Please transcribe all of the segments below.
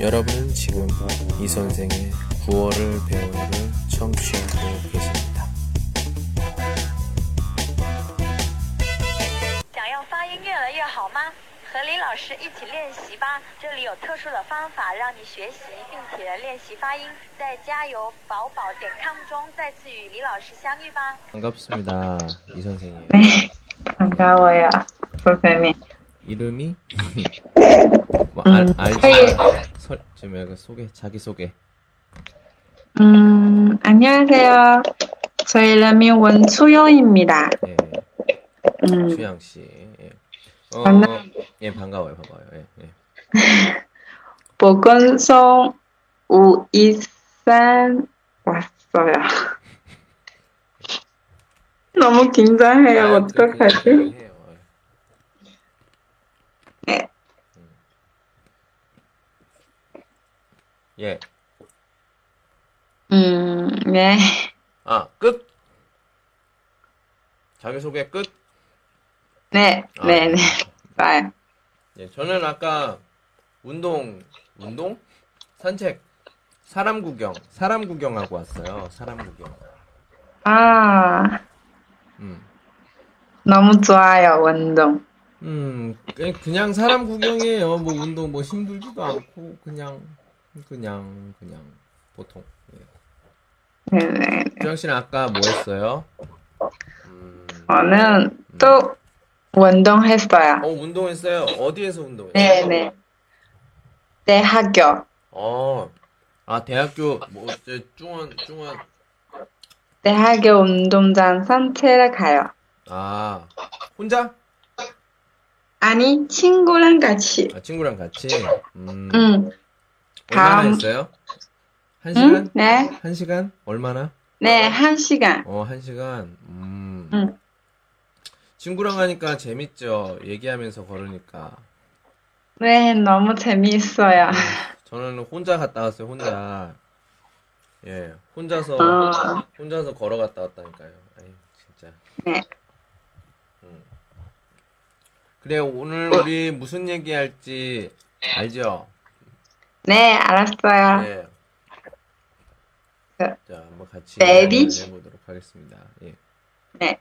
여러분 지금 이 선생의 구월을 배우를 청취하고 계십니다. 想要发音越来越好吗？和李老师一起练习吧，这里有特殊的方法让你学习并且练习发音，在加油宝宝点 com 中再次与李老师相遇吧。 반갑습니다. 이 선생님. 네, 반가워요, 선생님. 이름이 뭐 알, 알지? 네. 설, 지금 약간 소개 자기 소개. 음, 안녕하세요. 저 이름이 원수영입니다. 예, 음, 주양 씨. 예. 어, 반가워요. 예, 반가워요, 반가워요. 예, 예. 보건소 우이산 왔어요. 너무 네, 긴장해요. 네, 어떡하지? 아, 해요. 네. 음. 예. 음, 네. 아, 끝. 자기 소개 끝. 네, 아, 네, 네. 좋아요. 예, 저는 아까 운동, 운동? 산책, 사람 구경, 사람 구경하고 왔어요. 사람 구경. 아, 음. 너무 좋아요, 원동. 음, 그냥- 그냥 사람 구경이에요. 뭐 운동 뭐 힘들지도 않고 그냥 그냥 그냥 보통. 예. 네네. 주영 씨는 아까 뭐 했어요? 음, 저는 음. 또 원동했어요. 어, 운동했어요. 어디에서 운동했어요? 네네. 네, 학교. 어, 아, 대학교, 뭐, 저 중원, 중원, 네, 학교 운동장 산책을 가요. 아, 혼자? 아니, 친구랑 같이. 아, 친구랑 같이? 음, 응, 얼마나 다음. 했어요? 한 응, 시간? 네. 한 시간? 얼마나? 네, 한 시간. 어, 한 시간? 음. 응. 친구랑 하니까 재밌죠? 얘기하면서 걸으니까. 네, 너무 재미있어요. 저는 혼자 갔다 왔어요, 혼자. 예, 혼자서, 어. 혼자서 걸어갔다 왔다니까요. 아이, 진짜. 네. 음. 그래, 오늘 우리 무슨 얘기할지 알죠? 네, 알았어요. 예. 네. 자, 한번 같이 레디? 이야기를 해보도록 하겠습니다. 예. 네.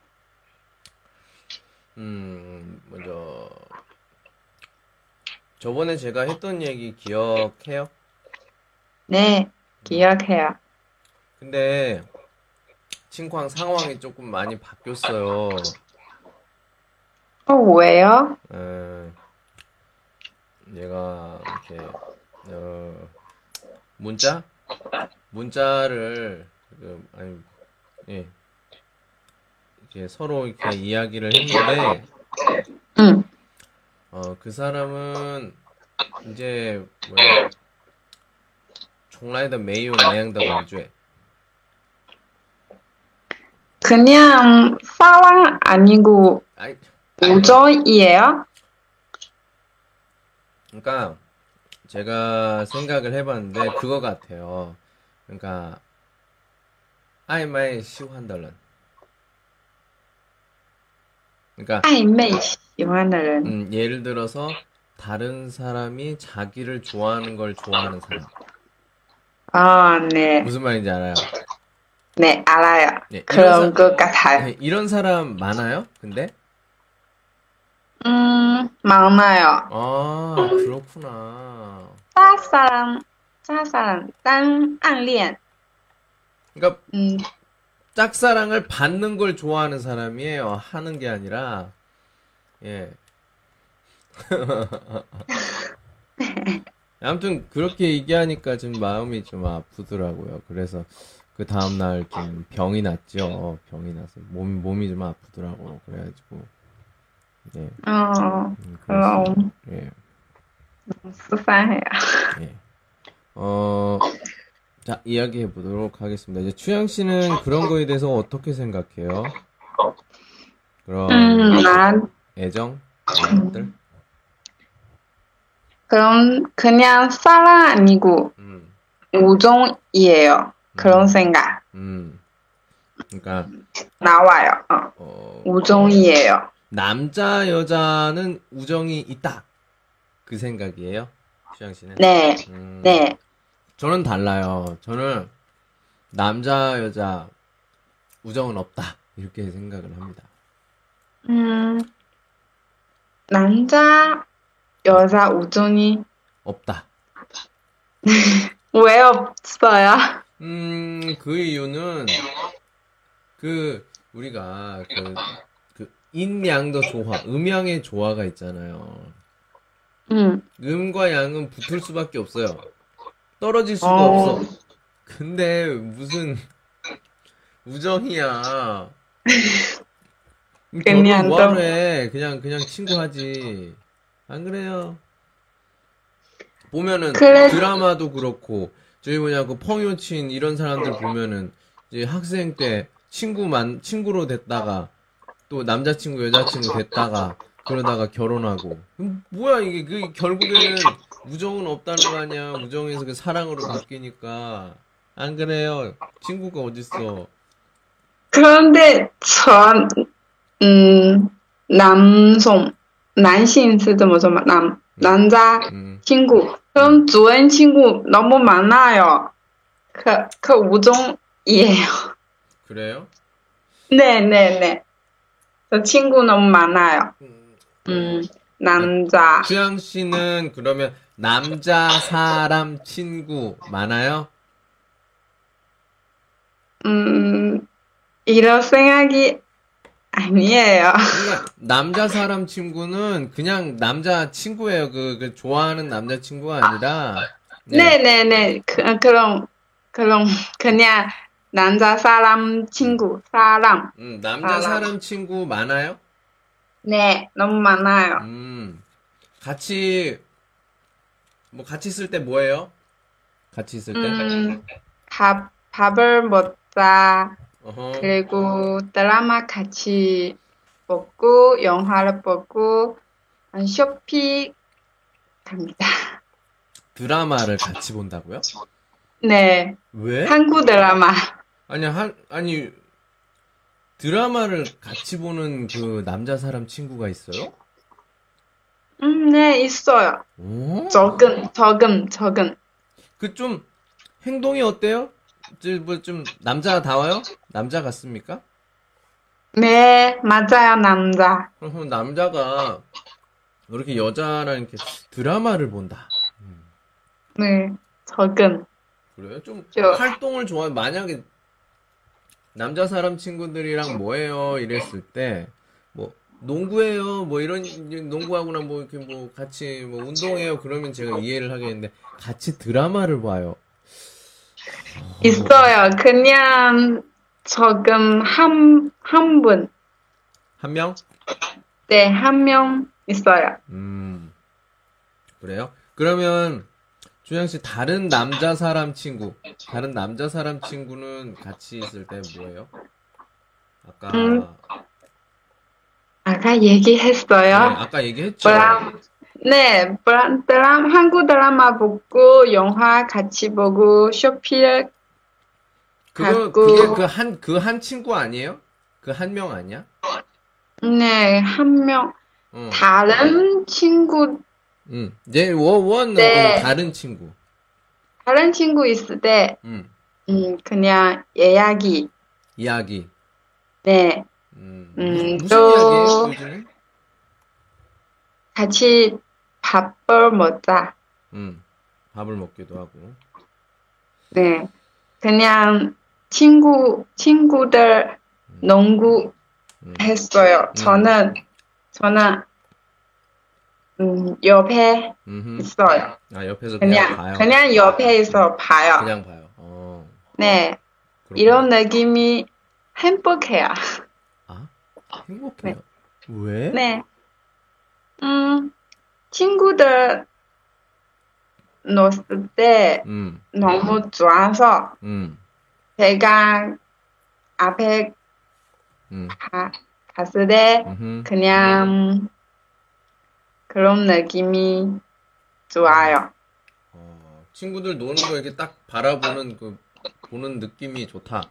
음, 먼저, 저번에 제가 했던 얘기 기억해요? 네, 기억해요. 근데 친구랑 상황이 조금 많이 바뀌었어요. 어, 왜요? 에, 얘가 이렇게 어, 문자 문자를 그, 아니 예 이렇게 서로 이렇게 이야기를 했는데 응, 어, 그 사람은 이제 뭐야从来的没有那样的感觉 그냥 사랑 아니고 아이 우정이에요? 그러니까 제가 생각을 해봤는데 그거 같아요. 그러니까 아이마이 시환달런. 그러니까 아이메이 좋아하는 음, 예를 들어서 다른 사람이 자기를 좋아하는 걸 좋아하는 사람. 아, 네, 무슨 말인지 알아요? 네, 알아요. 네, 이런 그런 사- 것 같아요. 네, 이런 사람 많아요? 근데? 음, 많아요. 아, 그렇구나. 짝사랑, 짝사랑, 딴暗恋. 그러니까 음, 짝사랑을 받는 걸 좋아하는 사람이에요. 하는 게 아니라, 예. 아무튼 그렇게 얘기하니까 지금 마음이 좀 아프더라고요. 그래서 그 다음 날 좀 병이 났죠. 병이 나서 몸 몸이 좀 아프더라고. 그래가지고 예. 어, 음, 그래서 그럼 예. 수상해요. 예. 어, 자 이야기해 보도록 하겠습니다. 이제 추양 씨는 그런 거에 대해서 어떻게 생각해요? 그런 음, 난 애정 그런 것들? 그럼 그냥 사랑 아니고 음, 우정이에요. 그런 음, 생각 음. 그러니까 나와요. 어, 어, 우정이에요. 남자 여자는 우정이 있다 그 생각이에요. 주양 씨는? 네, 음, 네. 저는 달라요. 저는 남자 여자 우정은 없다 이렇게 생각을 합니다. 음, 남자, 여자 우정이 없다. 왜 없어요? 음, 그 이유는 그 우리가 그, 그 인양도 조화, 음양의 조화가 있잖아요. 음, 음과 양은 붙을 수밖에 없어요. 떨어질 수가 어. 없어. 근데 무슨 우정이야. 괜히 안 떠. 뭐하러 해. 그냥 그냥 친구 하지. 안 그래요? 보면은 그래. 드라마도 그렇고 저희 뭐냐 그 펑요친 이런 사람들 보면은 이제 학생 때 친구만 친구로 됐다가 또 남자친구 여자친구 됐다가 그러다가 결혼하고 음, 뭐야 이게 그 결국에는 우정은 없다는 거 아니야 우정에서 그 사랑으로 바뀌니까 안 그래요 친구가 어딨어 그런데 전, 음, 남성, 남신 是怎么说吗? 남, 남자 음 친구, 그럼 좋은 친구 너무 많아요. 그, 그 우정이에요. 그래요 네, 네, 네. 저 친구 너무 많아요. 음, 남자. 주양 씨는 그러면 남자 사람 친구 많아요 음, 이런 생각이 아니에요. 그러니까 남자 사람 친구는 그냥 남자 친구예요 그, 그 좋아하는 남자 친구가 아니라 네, 네, 네. 그, 그럼, 그럼, 그냥 남자 사람 친구, 사람. 음, 아, 남자 사람 친구 많아요 네, 너무 많아요. 음, 같이, 뭐, 같이 있을 때 뭐예요? 같이 있을 때? 음, 밥, 밥을 먹자. 어허. 네. 그리고 드라마 같이 보고, 영화를 보고, 음, 쇼핑 갑니다. 드라마를 같이 본다고요? 네, 왜? 한국 드라마. 아니, 한, 아니, 드라마를 같이 보는 그 남자 사람 친구가 있어요? 음, 네, 있어요. 오? 조금, 조금, 조금. 그 좀, 행동이 어때요? 저, 뭐, 좀, 남자다워요? 남자 같습니까? 네, 맞아요, 남자. 그럼 남자가, 뭐 이렇게 여자랑 이렇게 드라마를 본다. 네, 조금. 그래요? 좀 저- 활동을 좋아해. 만약에 남자 사람 친구들이랑 뭐해요? 이랬을 때, 뭐, 농구해요? 뭐 이런, 농구하거나 뭐 이렇게 뭐 같이 뭐 운동해요? 그러면 제가 이해를 하겠는데, 같이 드라마를 봐요. 있어요. 그냥 조금 한, 한 분, 한 명? 네, 한 명 있어요. 음, 그래요? 그러면, 준영 씨, 다른 남자 사람 친구, 다른 남자 사람 친구는 같이 있을 때 뭐예요? 아까, 음, 네, 아까 얘기했어요. 아까 얘기했죠? 브람, 네, 브람, 드람, 한국 드라마 보고, 영화 같이 보고, 쇼핑, 그거 갖고- 그게 그 한 그 한 친구 아니에요? 그 한 명 아니야? 네, 한 명. 어. 다른 친구, 응. 얘 워원 어, 네. 다른 친구. 다른 친구 있을 때, 응. 음, 그냥 이야기. 이야기. 네, 음. 음, 무슨 무슨 또- 이야기예요? 요즘에? 같이 밥을 먹자. 응. 음. 밥을 먹기도 하고. 네, 그냥 친구, 친구들 농구 음. 했어요. 저는, 저는, 음, 옆에 음흠. 있어요. 아, 옆에서 그냥 그냥, 봐요. 음. 그냥 옆에 있어 봐요. 그냥 봐요. 어. 네, 그렇구나. 이런 느낌이 행복해요. 아? 행복해요. 왜? 네. 음, 친구들 놀았을 때 음. 너무 좋아서 음. 제가 앞에 음. 가, 갔을 때 음흠. 그냥 그런 느낌이 좋아요. 어, 친구들 노는 거 이렇게 딱 바라보는 그 보는 느낌이 좋다.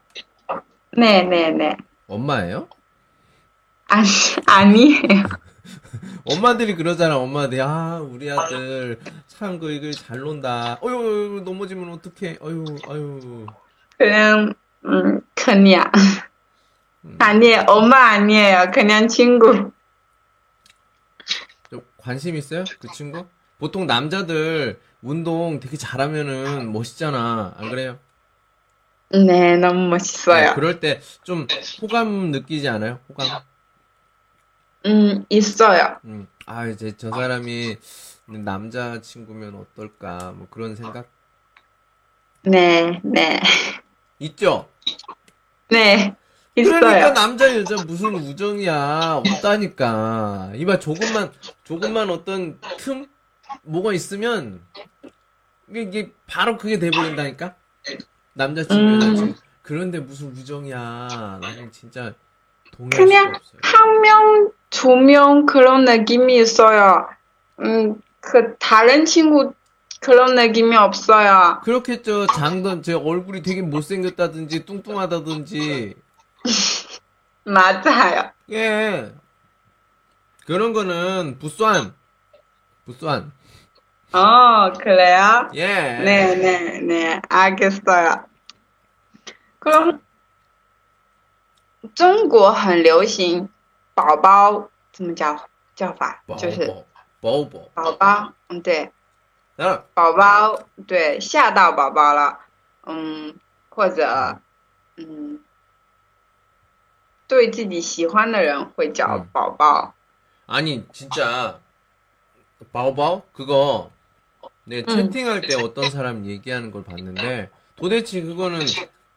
네네네. 엄마예요? 아니, 아니에요. 엄마들이 그러잖아, 엄마들이. 아, 우리 아들, 참, 그, 이걸 잘 논다. 어휴, 어휴, 넘어지면 어떡해. 어휴, 어휴. 그냥 음 그냥 음. 아니에요 엄마 아니에요 그냥 친구 좀 관심 있어요? 그 친구? 보통 남자들 운동 되게 잘하면은 멋있잖아. 안 그래요? 네 너무 멋있어요 네, 그럴 때 좀 호감 느끼지 않아요? 호감? 음 있어요 음. 아, 이제 저 사람이 남자 친구면 어떨까? 뭐 그런 생각 네 네, 있죠? 네, 그러니까 있어요 남자 여자 무슨 우정이야 없다니까 이봐 조금만 조금만 어떤 틈 뭐가 있으면 이게, 이게 바로 그게 돼버린다니까 남자친구 음. 여자친구 그런데 무슨 우정이야 나는 진짜 동의할 그냥- 수가 없어요 한명 두 명 그런 느낌이 있어요 음 그 다른 친구 그런 느낌이 없어요 그렇겠죠 장던 제 얼굴이 되게 못생겼다든지 뚱뚱하다든지 맞아요 예 그런 거는 부산 부산 어 그래요 예 네 네, 네, 알겠어요. 그럼 중국很流行宝宝怎么叫叫法？宝就是宝宝宝宝宝，嗯，对，啊，宝宝，对，吓到宝宝了，嗯，或者嗯，对自己喜欢的人会叫嗯宝宝。 아니 진짜 바오바오 그거 내 응. 채팅할 때 어떤 사람 얘기하는 걸 봤는데 도대체 그거는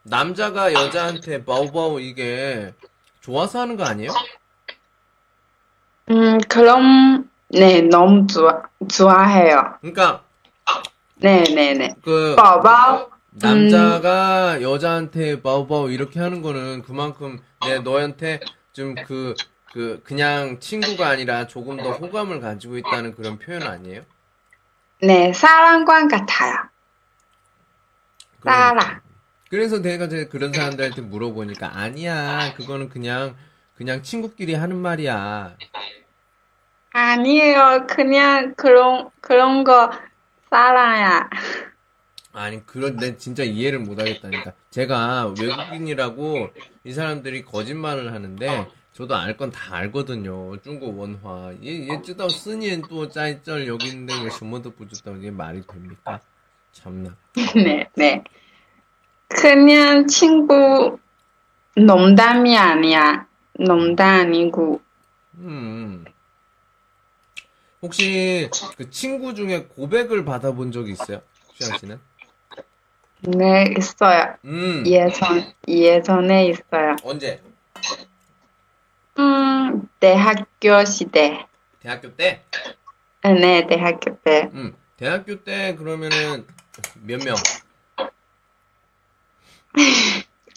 남자가 여자한테 바오바오 이게 좋아서 하는 거 아니에요? 嗯，可能네너무좋아좋아해요。 그러니까 네네네， 그 宝宝， 남자가 여자한테 바오바오 이렇게 하는 거는 그만큼 내 너한테 좀 그 그 그냥 친구가 아니라 조금 더 호감을 가지고 있다는 그런 표현 아니에요? 네사랑관같아요。 그러니까. 따라. 그래서 내가 이제 그런 사람들한테 물어보니까 아니야 그거는 그냥 그냥 친구끼리 하는 말이야 아니에요. 그냥 그런 그런 거 사랑야. 아니 그런 내 진짜 이해를 못하겠다니까 그러니까 제가 외국인이라고 이 사람들이 거짓말을 하는데 저도 알 건 다 알거든요 중국 원화 얘얘 쯔다오 쓰니엔 또 짜이쩔 여기 있는데 왜什么都不知道 이게 말이 됩니까 참나 네, 네. 그냥 친구 농담이 아니야. 농담 아니고. 음 혹시 그 친구 중에 고백을 받아본 적이 있어요 수양 씨는 네, 있어요. 음 예전 예전에 있어요. 언제? 음, 대학교 시대. 대학교 때? 아, 네, 대학교 때. 응. 대학교 때 그러면은 몇 명?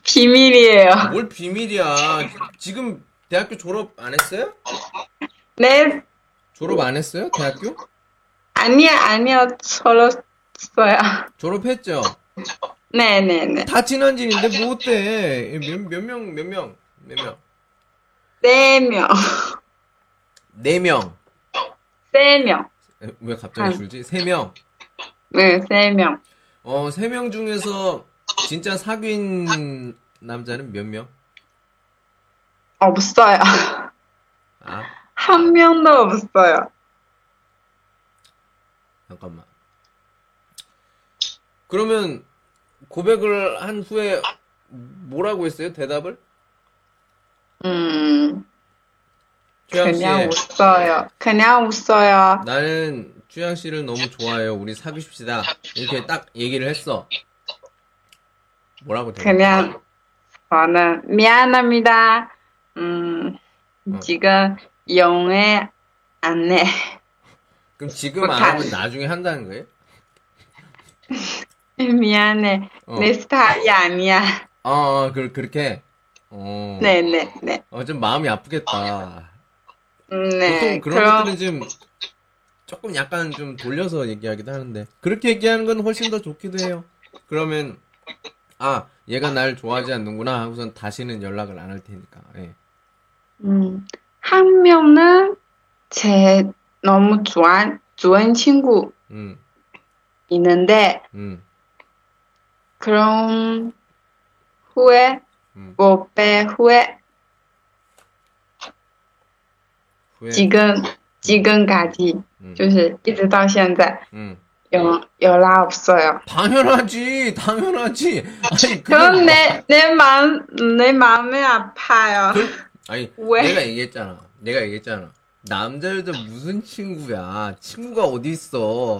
비밀이에요. 뭘 비밀이야. 지금 대학교 졸업 안 했어요? 네, 졸업 안 했어요? 대학교? 아니야, 아니요. 졸업했어요. 졸업했죠? 네, 네, 네. 다 친한지인데 뭐 어때? 몇, 몇 명, 몇 명? 몇 명? 세 명, 네 명. 세 명. 에, 왜 갑자기 줄지? 세 명. 네, 세 명. 어, 세 명 중에서 진짜 사귄 남자는 몇 명? 없어요. 아, 한 명도 없어요. 잠깐만. 그러면 고백을 한 후에 뭐라고 했어요? 대답을? 음, 주양 씨, 그냥 웃어요. 그냥 웃어요. 나는 주양 씨를 너무 좋아해요. 우리 사귀십시다. 이렇게 딱 얘기를 했어. 뭐라고 대답? 그냥 저는 미안합니다. 음, 어. 지금 영애 안 해. 그럼 지금 안 못하- 하면 나중에 한다는 거예요? 미안해. 어, 내 스타일이 아니야. 어, 어, 그, 그렇게. 어, 네네네. 네, 어, 좀 마음이 아프겠다. 음, 보통 네. 그런 것들은 지금 조금 약간 좀 돌려서 얘기하기도 하는데 그렇게 얘기하는 건 훨씬 더 좋기도 해요. 그러면 아 얘가 날 좋아하지 않는구나 하고선 다시는 연락을 안 할 테니까. 예. 음, 한 명은 제 너무 좋아한 좋은 친구 음, 있는데 음, 그런 후에 음. 못배 후에 후회. 지금 지금까지 음, 就是一直到现在 음. 연 연락 없어요. 당연하지, 당연하지. 아니, 그럼 그건- 내내 마음 내 마음이 아파요. 그, 아니, 왜? 내가 얘기했잖아. 내가 얘기했잖아. 남자 여자 무슨 친구야? 친구가 어디 있어?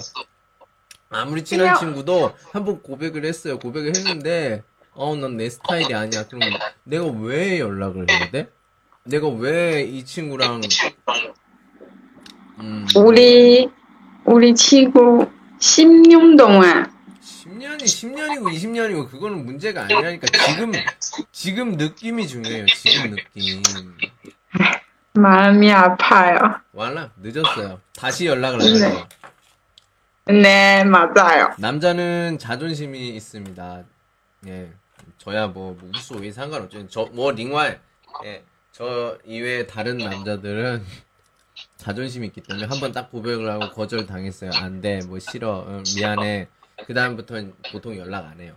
아무리 친한 그냥- 친구도 한 번 고백을 했어요. 고백을 했는데, 어, 넌 내 스타일이 아니야. 그럼 내가 왜 연락을 해야 돼? 내가 왜 이 친구랑 음, 우리 우리 친구 10년 동안 10년이 10년이고 20년이고 그거는 문제가 아니라니까 지금 지금 느낌이 중요해요. 지금 느낌. 마음이 아파요. 완라 늦었어요. 다시 연락을 안 해요. 네 맞아요. 남자는 자존심이 있습니다. 예, 저야 뭐 무소위 상관없죠. 저뭐 링왈, 예, 저 이외 다른 남자들은 자존심이 있기 때문에 한 번 딱 고백을 하고 거절 당했어요. 안 돼, 뭐 싫어, 응, 미안해. 그 다음부터 는 보통 연락 안 해요.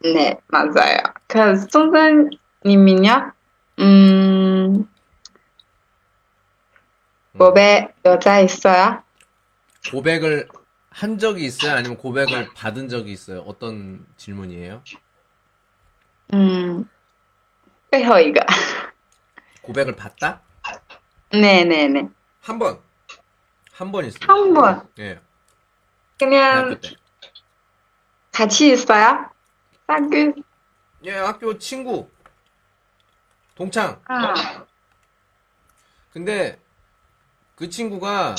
네 맞아요. 그 선생님이요? 음 법에 여자 있어요? 고백을 한 적이 있어요? 아니면 고백을 받은 적이 있어요? 어떤 질문이에요? 嗯，最后一个， 고백을 받다? 네네네 한 번, 한 번 있어요. 한 번. 예, 네, 그냥 대학교 때. 같이 있어요? 그- 사귀, 예, 학교 친구. 동창. 아, 근데 그 친구가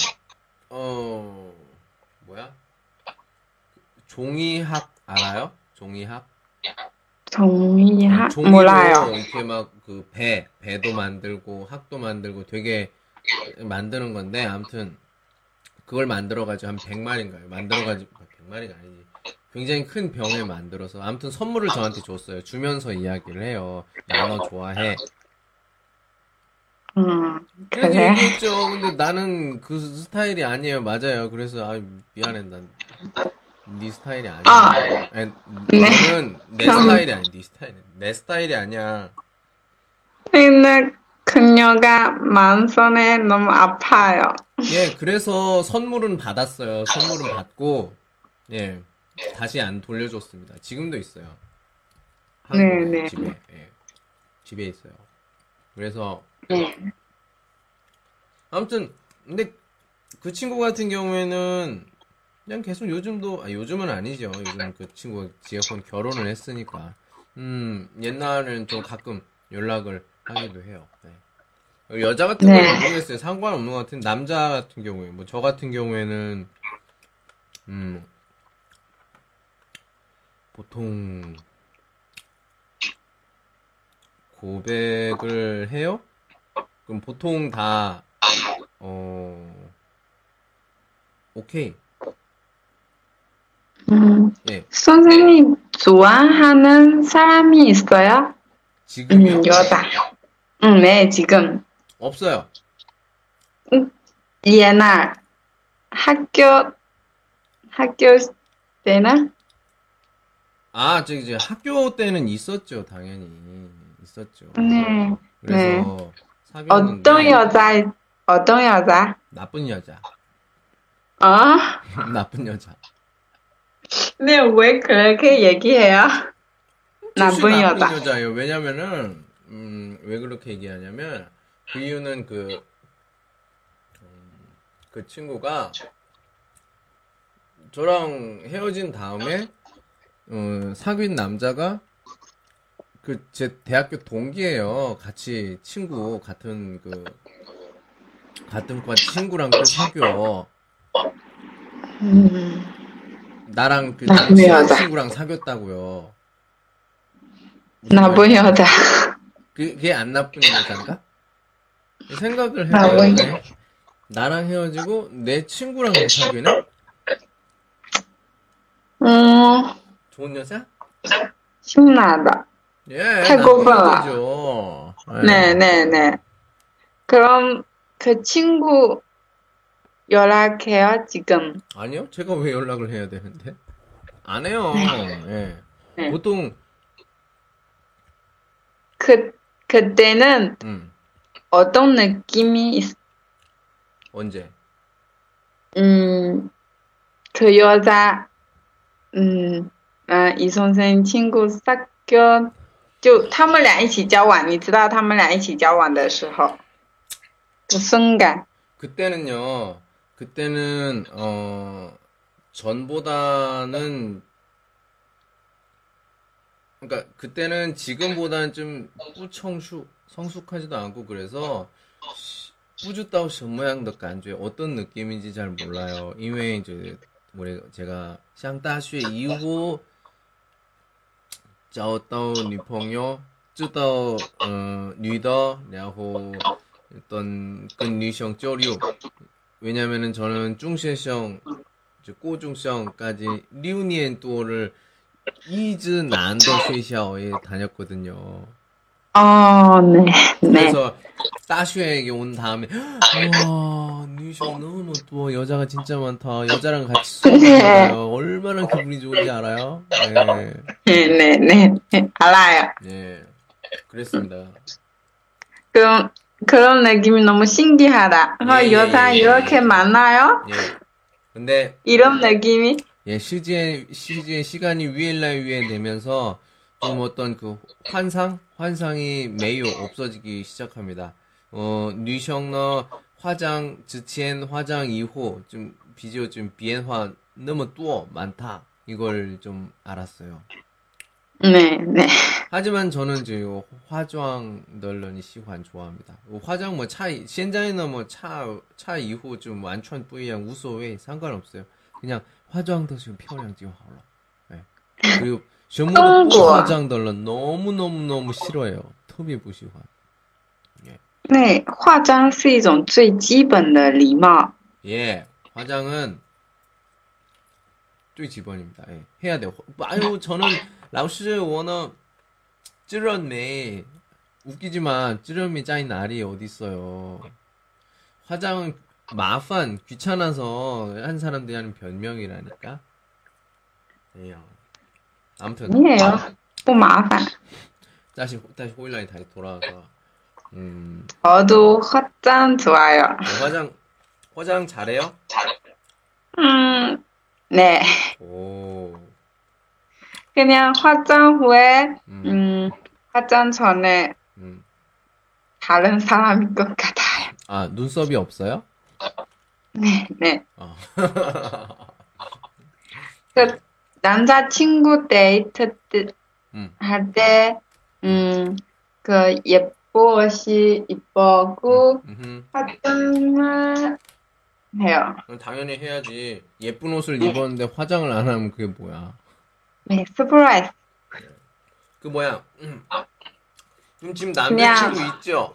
어 뭐야? 종이학 알아요? 종이학? 음, 종이학 그 종이로 몰라요. 이렇게 막 그 배, 배도 만들고 학도 만들고 되게 만드는 건데 아무튼 그걸 만들어 가지고 한 100마리인가요? 만들어 가지고 100마리가 아니지. 굉장히 큰 병에 만들어서 아무튼 선물을 저한테 줬어요. 주면서 이야기를 해요. 나너 좋아해. 음, 그래도 그래. 얘기했죠. 근데 나는 그 스타일이 아니에요. 맞아요. 그래서 아 미안해. 난 네 스타일이 아니야. 아. 아니, 네. 너는 내 그럼. 스타일이 아니야. 네 스타일. 내 스타일이 아니야. 근데 그녀가 만선에 너무 아파요. 예, 그래서 선물은 받았어요. 선물은 받고 예 다시 안 돌려줬습니다. 지금도 있어요. 한국에 네, 네. 집에 예. 집에 있어요. 그래서 네. 아무튼 근데 그 친구 같은 경우에는 그냥 계속 요즘도 아 요즘은 아니죠. 요즘 그 친구가 지혜권 결혼을 했으니까 음 옛날에는 좀 가끔 연락을 하기도 해요. 네. 여자 같은 네. 경우는 모르겠어요. 상관없는 것 같은 남자 같은 경우에 뭐 저 같은 경우에는 음 보통 고백을 해요? 그럼 보통 다, 어, 오케이. 음, 예. 선생님 좋아하는 사람이 있어요? 지금요? 음, 여자. 음, 네, 지금. 없어요. 옛날 학교, 학교 때는? 아, 저기, 저 학교 때는 있었죠. 당연히. 있었죠. 네. 그래서, 사귀었는데, 네. 어떤 여자, 어떤 여자? 나쁜 여자. 어? 나쁜 여자. 근데 왜 그렇게 얘기해요? 나쁜 사실 여자. 나쁜 여자예요. 왜냐면은, 음, 왜 그렇게 얘기하냐면, 그 이유는 그, 음, 그 친구가 저랑 헤어진 다음에, 어, 사귄 남자가 그 제 대학교 동기예요. 같이 친구, 같은 그, 같은 과 친구랑 그 또 사귀어. 음, 나랑 그 나쁜 친한 여자. 친구랑 사귀었다고요. 네. 무슨 나쁜 말이야? 여자. 그게 안 나쁜 여잔가? 생각을 해봐요. 나쁜 네. 나랑 헤어지고 내 친구랑 사귀는 음, 좋은 여자? 신나다. 예, 태국어라. 죠 예. 네, 네, 네. 그럼 그 친구 연락해요, 지금. 아니요? 제가 왜 연락을 해야 되는데? 안 해요. 예. 네. 보통, 그, 그때는 음, 어떤 느낌이 있, 언제? 음, 그 여자, 음, 아, 이 선생 친구 사귀어, 就他们俩一起交往，你知道他们俩一起交往的时候的松感， 그때는요, 그때는, 어, 전보다는, 그러니까, 그때는 지금보다는 좀 뿌청수, 성숙하지도 않고, 그래서, 뿌듯다우 전모양도 간주에 어떤 느낌인지 잘 몰라요. 이외에 이제, 우리, 제가, 샹다슈에 이후, 짜오다오 니펑요, 쯔다오, 어, 니더, 야호, 일단 끈 니성 쪼류 왜냐면은 저는 중세성 이제 꼬중성까지 리우니엔 도를 이즈 난더 쉐샤오에 다녔거든요. 哦，那那 그래서 따슈에게 온 다음에 와 뉴쇼 너무 또 여자가 진짜 많다. 여자랑 같이 수업해요. 얼마나 기분이 좋은지 알아요? 네, 那那那，好啦呀， 네, 그랬습니다. 그그런느낌이너무신기하다 예, 예, 여자 예, 이렇게 예. 만나요 예, 근데 이런느낌이 예, 시제, 시제 시간이 위엘라에 위에 되면서 좀 어떤 그 환상? 환상이 매우 없어지기 시작합니다. 어, 뉴성너 화장, 지첸 화장 이후 좀 비디오 좀 비엔화 너무 또 많다. 이걸 좀 알았어요. 네네 하지만 저는 이제 요 화장 널런이 시환 좋아합니다. 요 화장 뭐 차이, 현장에는 뭐차차 이후 좀 완전 뿌이양 우소에 상관없어요. 그냥 화장 더 지금 표량 지금 하러. 네. 그리고 전부 다 똥구아. 화장 널런 너무 너무 너무 싫어요.特别不喜欢那化妆是一种最基本的礼貌。 예, 화장은 뚜이 집안입니다. 예, 해야 돼요. 아유, 저는 라오스 원어 찌런미 웃기지만 찌런미 짜인 날이 어디 있어요. 화장은 마판 귀찮아서 한 사람들이 하는 변명이라니까. 예요. 아무튼 아니에요.不麻烦， 다시 다시 호일라인 다시 돌아와서 음, 我都化妆좋아요。 어, 화장 화장 잘해요? 음, 네. 오, 그냥 화장 후에, 음, 음, 화장 전에 음. 다른 사람인 것 같아요. 아, 눈썹이 없어요? 네, 네. 어. 그, 남자친구 데이트 때, 음. 할 때, 음, 그, 예뻐 옷이 이뻐고, 음흠. 화장을 해요. 그럼 당연히 해야지. 예쁜 옷을 입었는데 화장을 안 하면 그게 뭐야? 네, 서프라이즈. 그 뭐야? 음. 그럼 지금 그냥- 남자친구 있죠?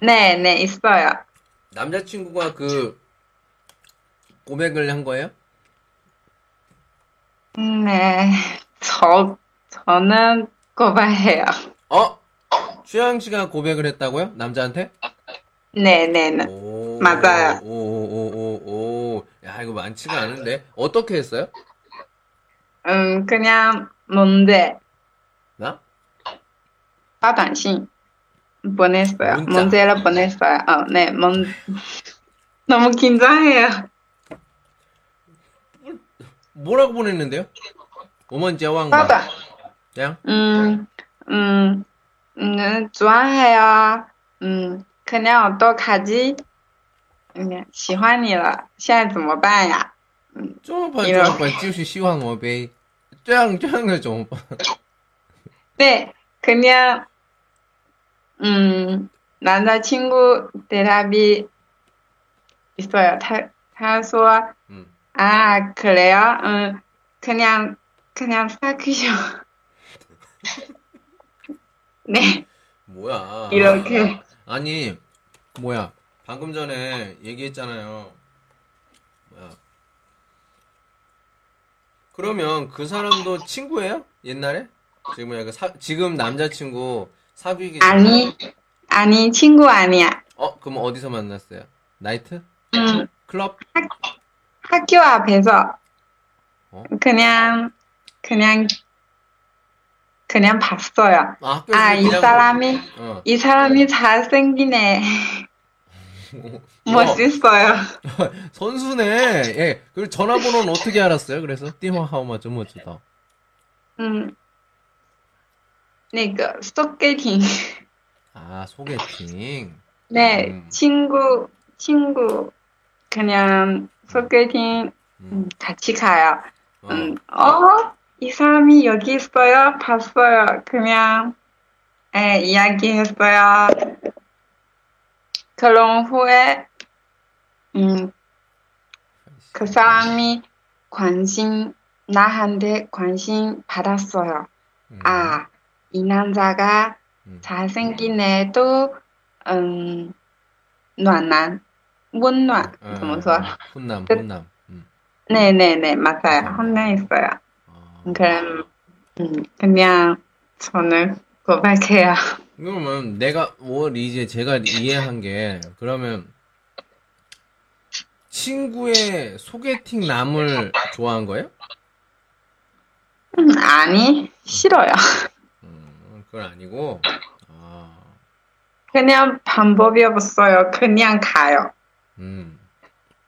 네, 네, 있어요. 남자친구가 그 고백을 한 거예요? 네, 저, 저는 고발해요. 어? 주영 씨가 고백을 했다고요? 남자한테? 네, 네, 네. 오, 맞아요. 오오오오 오. 야 이거 많지가 않은데 어떻게 했어요? 음, 그냥 문제, 나? 파단신 보냈어요. 문자. 문제를 보냈어요. 어, 네, 문... 너무 긴장해요. 뭐라고 보냈는데요? 오먼 제왕과 파단, 그냥 음, 음, 음, 좋아해요. 음, 그냥 어떡하지? 음, 喜欢你了，现在怎么办呀？中文版、 이런. 中文版就是希望我呗，这样这样的中文版。 네, 그냥, 음, 남자친구 대답이 있어요. 타, 타소, 음, 아, 그래요? 음, 그냥, 그냥 사귀죠. 네, 뭐야? 이렇게. 아, 아니 뭐야? 방금 전에 얘기했잖아요. 뭐야? 그러면 그 사람도 친구예요? 옛날에? 지금 뭐야? 그 사, 지금 남자친구 사귀기 전에. 아니, 아니, 친구 아니야. 어, 어, 그럼 어디서 만났어요? 나이트? 음, 클럽? 학교 앞에서 어? 그냥 그냥 그냥 봤어요. 아, 학교에서 아, 이 그냥- 사람이 어. 이 사람이 잘생기네. 어, 멋있어요. 선수네. 예. 그리고 전화번호는 어떻게 알았어요? 그래서 띠화 하우마 좀 멋지다. 嗯，那个 소개팅 아, 소개팅. 네 음. 친구 친구 그냥 소개팅 음. 음, 같이 가요. 어. 음, 어? 이 사람이 여기 있어요? 봤어요. 그냥 예, 에, 이야기했어요. 결혼 후에 음, 그 사람이 관심 나한테 관심 받았어요. 음. 아, 이 남자가 음. 잘생긴 애도 음, 暖男,温暖, 어, 怎么说? 어, 훈남, 그 훈남. 음. 네네네, 맞아요. 혼내있어요. 어. 그럼 음, 그냥 저는 고백해요. 그러면 내가 뭘 이제 제가 이해한 게 그러면 친구의 소개팅 남을 좋아한 거예요? 음, 아니 싫어요. 음, 그건 아니고 아, 그냥 방법이 없어요. 그냥 가요. 음,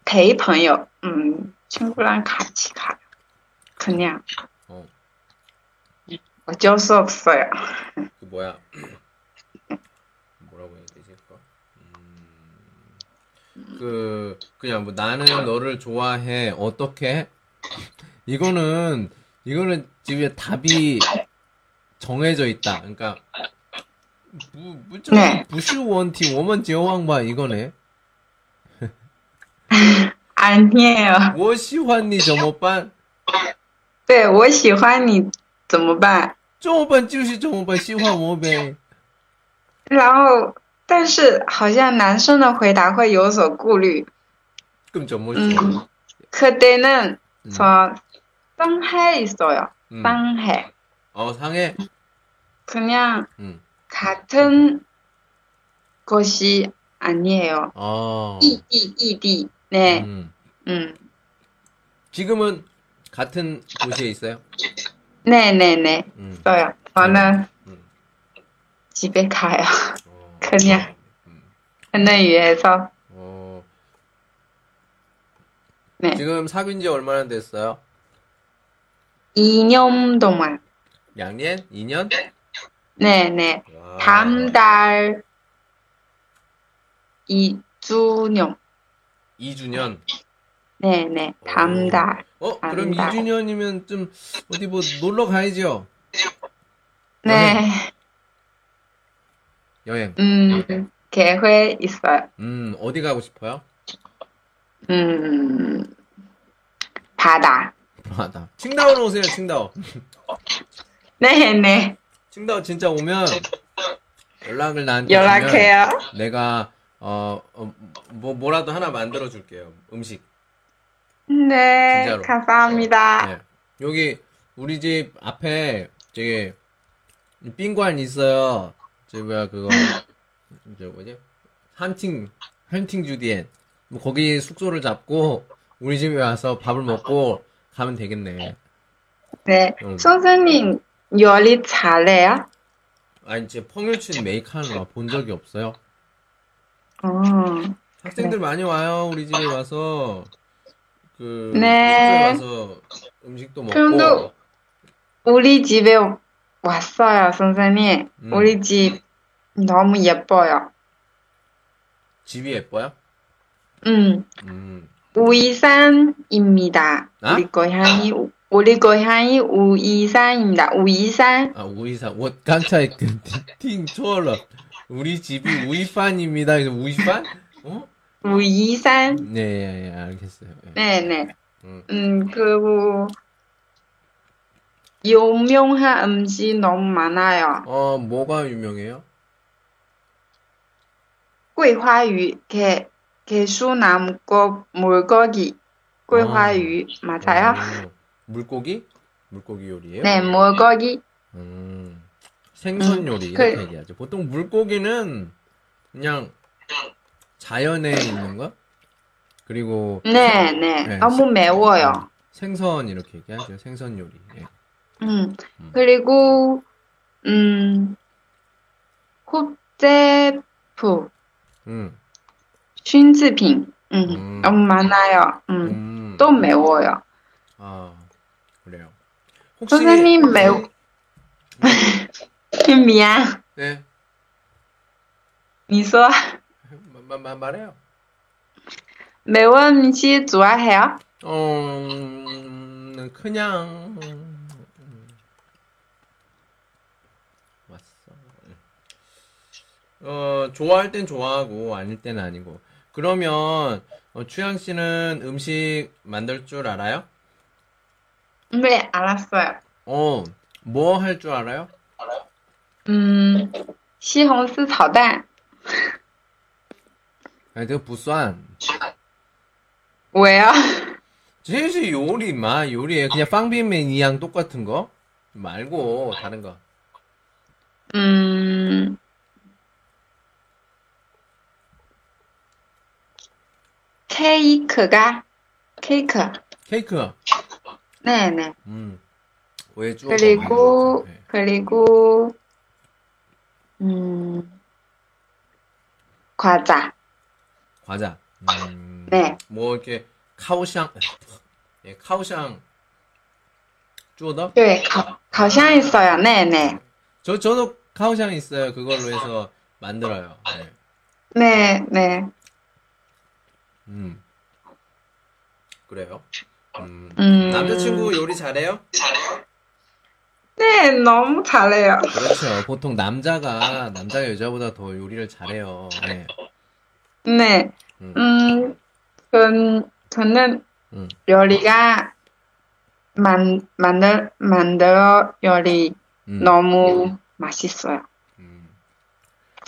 陪朋友, 음, 친구랑 같이 가요. 그냥 어, 어쩔 수 없어요. 그 뭐야 뭐라고 해야 되지? 그거? 음, 그 그냥 뭐 나는 너를 좋아해 어떻게? 이거는 이거는 집에 답이 정해져 있다. 그러니까 무 무조 네. 부슈 원티 워먼 제왕바 이거네. 아니에요. 我喜欢你怎么办?对我喜欢你怎么办？怎么办?就是怎么办?喜欢我呗.然后，但是好像男生的回答会有所顾虑。 그럼 좀 뭐지? 음, 그때는 음. 저 상해 있어요. 嗯 상해. 어 상해. 그냥 음. 같은 곳이 아니에요. 哦 어. 이디, 이디. 네, 음. 음. 지금은 같은 아, 도시에 있어요? 네, 네, 네. 음. 있어요. 저는 음. 집에 가요. 어. 그냥. 음. 저는 위해서. 어. 네. 지금 사귄 지 얼마나 됐어요? 2년 동안. 2년? 2년? 아, 네, 네. 와. 다음 달 2주년. 2주년. 네, 네. 다음 오. 달. 어, 그럼 다음 달. 2주년이면 좀 어디 뭐 놀러 가야죠. 네, 여행. 음, 계획 있어요. 음, 어디 가고 싶어요? 음, 바다. 맞아. 칭다오로 오세요, 칭다오. 네, 네. 칭다오 진짜 오면 연락을 나한테 주면 연락해요. 내가 어, 어, 뭐 뭐라도 하나 만들어 줄게요. 음식. 네, 진짜로. 감사합니다. 네. 여기 우리 집 앞에 저기 빈관 있어요. 저기 뭐야 그거 저 뭐지? 한팅 한팅 주디엔. 뭐 거기 숙소를 잡고 우리 집에 와서 밥을 먹고 가면 되겠네. 네, 응. 선생님 요리 잘해요? 아니 이제 펑유친 메이크하는 거 본 적이 없어요. 어, 네. 학생들 많이 와요 우리 집에 와서 그 네. 숙소에 와서 음식도 먹고 그럼요. 우리 집에 왔어요, 선생님. 음. 우리 집 너무 예뻐요. 집이 예뻐요? 음, 음. 우이산입니다. 아? 우리 고향이 우- 우리 고향이 우이산입니다. 우이산. 아 우이사 워 깜짝이 팅초월럽 우리 집이 우이판입니다. 그래서 우이판? 어? 뭐, 우이산. 네, 예, 예, 알겠어요. 예. 네, 네. 음. 음, 그리고 유명한 음식 너무 많아요. 어 뭐가 유명해요? 桂花鱼, 게, 개수나무꽃, 물고기,桂花鱼맞아요? 어, 물고기? 물고기 요리예요? 네, 물고기. 음, 생선 음, 요리 그- 이렇게 얘기하죠. 보통 물고기는 그냥 자연에 있는 것 그리고 네, 네. 네. 너무 매워요. 생선 이렇게 얘기하죠. 생선 요리. 예. 음. 그리고 음. 호제프 음. 쉰즈핑. 음. 음. 너무 많아요. 음. 음. 또 매워요. 아 그래요. 혹시 선생님 매우 미안. 네. 啊你说 마, 마, 말해요. 매운 음식 좋아해요? 어, 음, 그냥 음, 왔어. 어, 좋아할 땐 좋아하고 아닐 땐 아니고. 그러면 어, 추양 씨는 음식 만들 줄 알아요? 네, 알았어요. 어, 뭐 할 줄 알아요? 음, 시홍스 炒蛋 아니, 그 부산. 왜요? 제시 요리 마 요리에 그냥 빵비맨이랑 똑같은 거 말고 다른 거. 음, 케이크가 케이크. 케이크. 네, 네. 음. 왜 쭉? 네. 그리고 그리고 음, 과자. 과자. 음, 네. 뭐 이렇게 카오샹, 예, 카오샹 쭈어다. 네, 가, 가시안 있어요. 네, 네. 저 저도 카오샹 있어요. 그걸로 해서 만들어요. 네. 네, 네. 음. 그래요. 음. 음. 남자친구 요리 잘해요? 네, 너무 잘해요. 그렇죠. 보통 남자가 남자가 여자보다 더 요리를 잘해요. 네. 네. 음. 음, 전, 저는 음. 요리가 만, 만들, 만들어 요리 음. 너무 맛있어요. 음.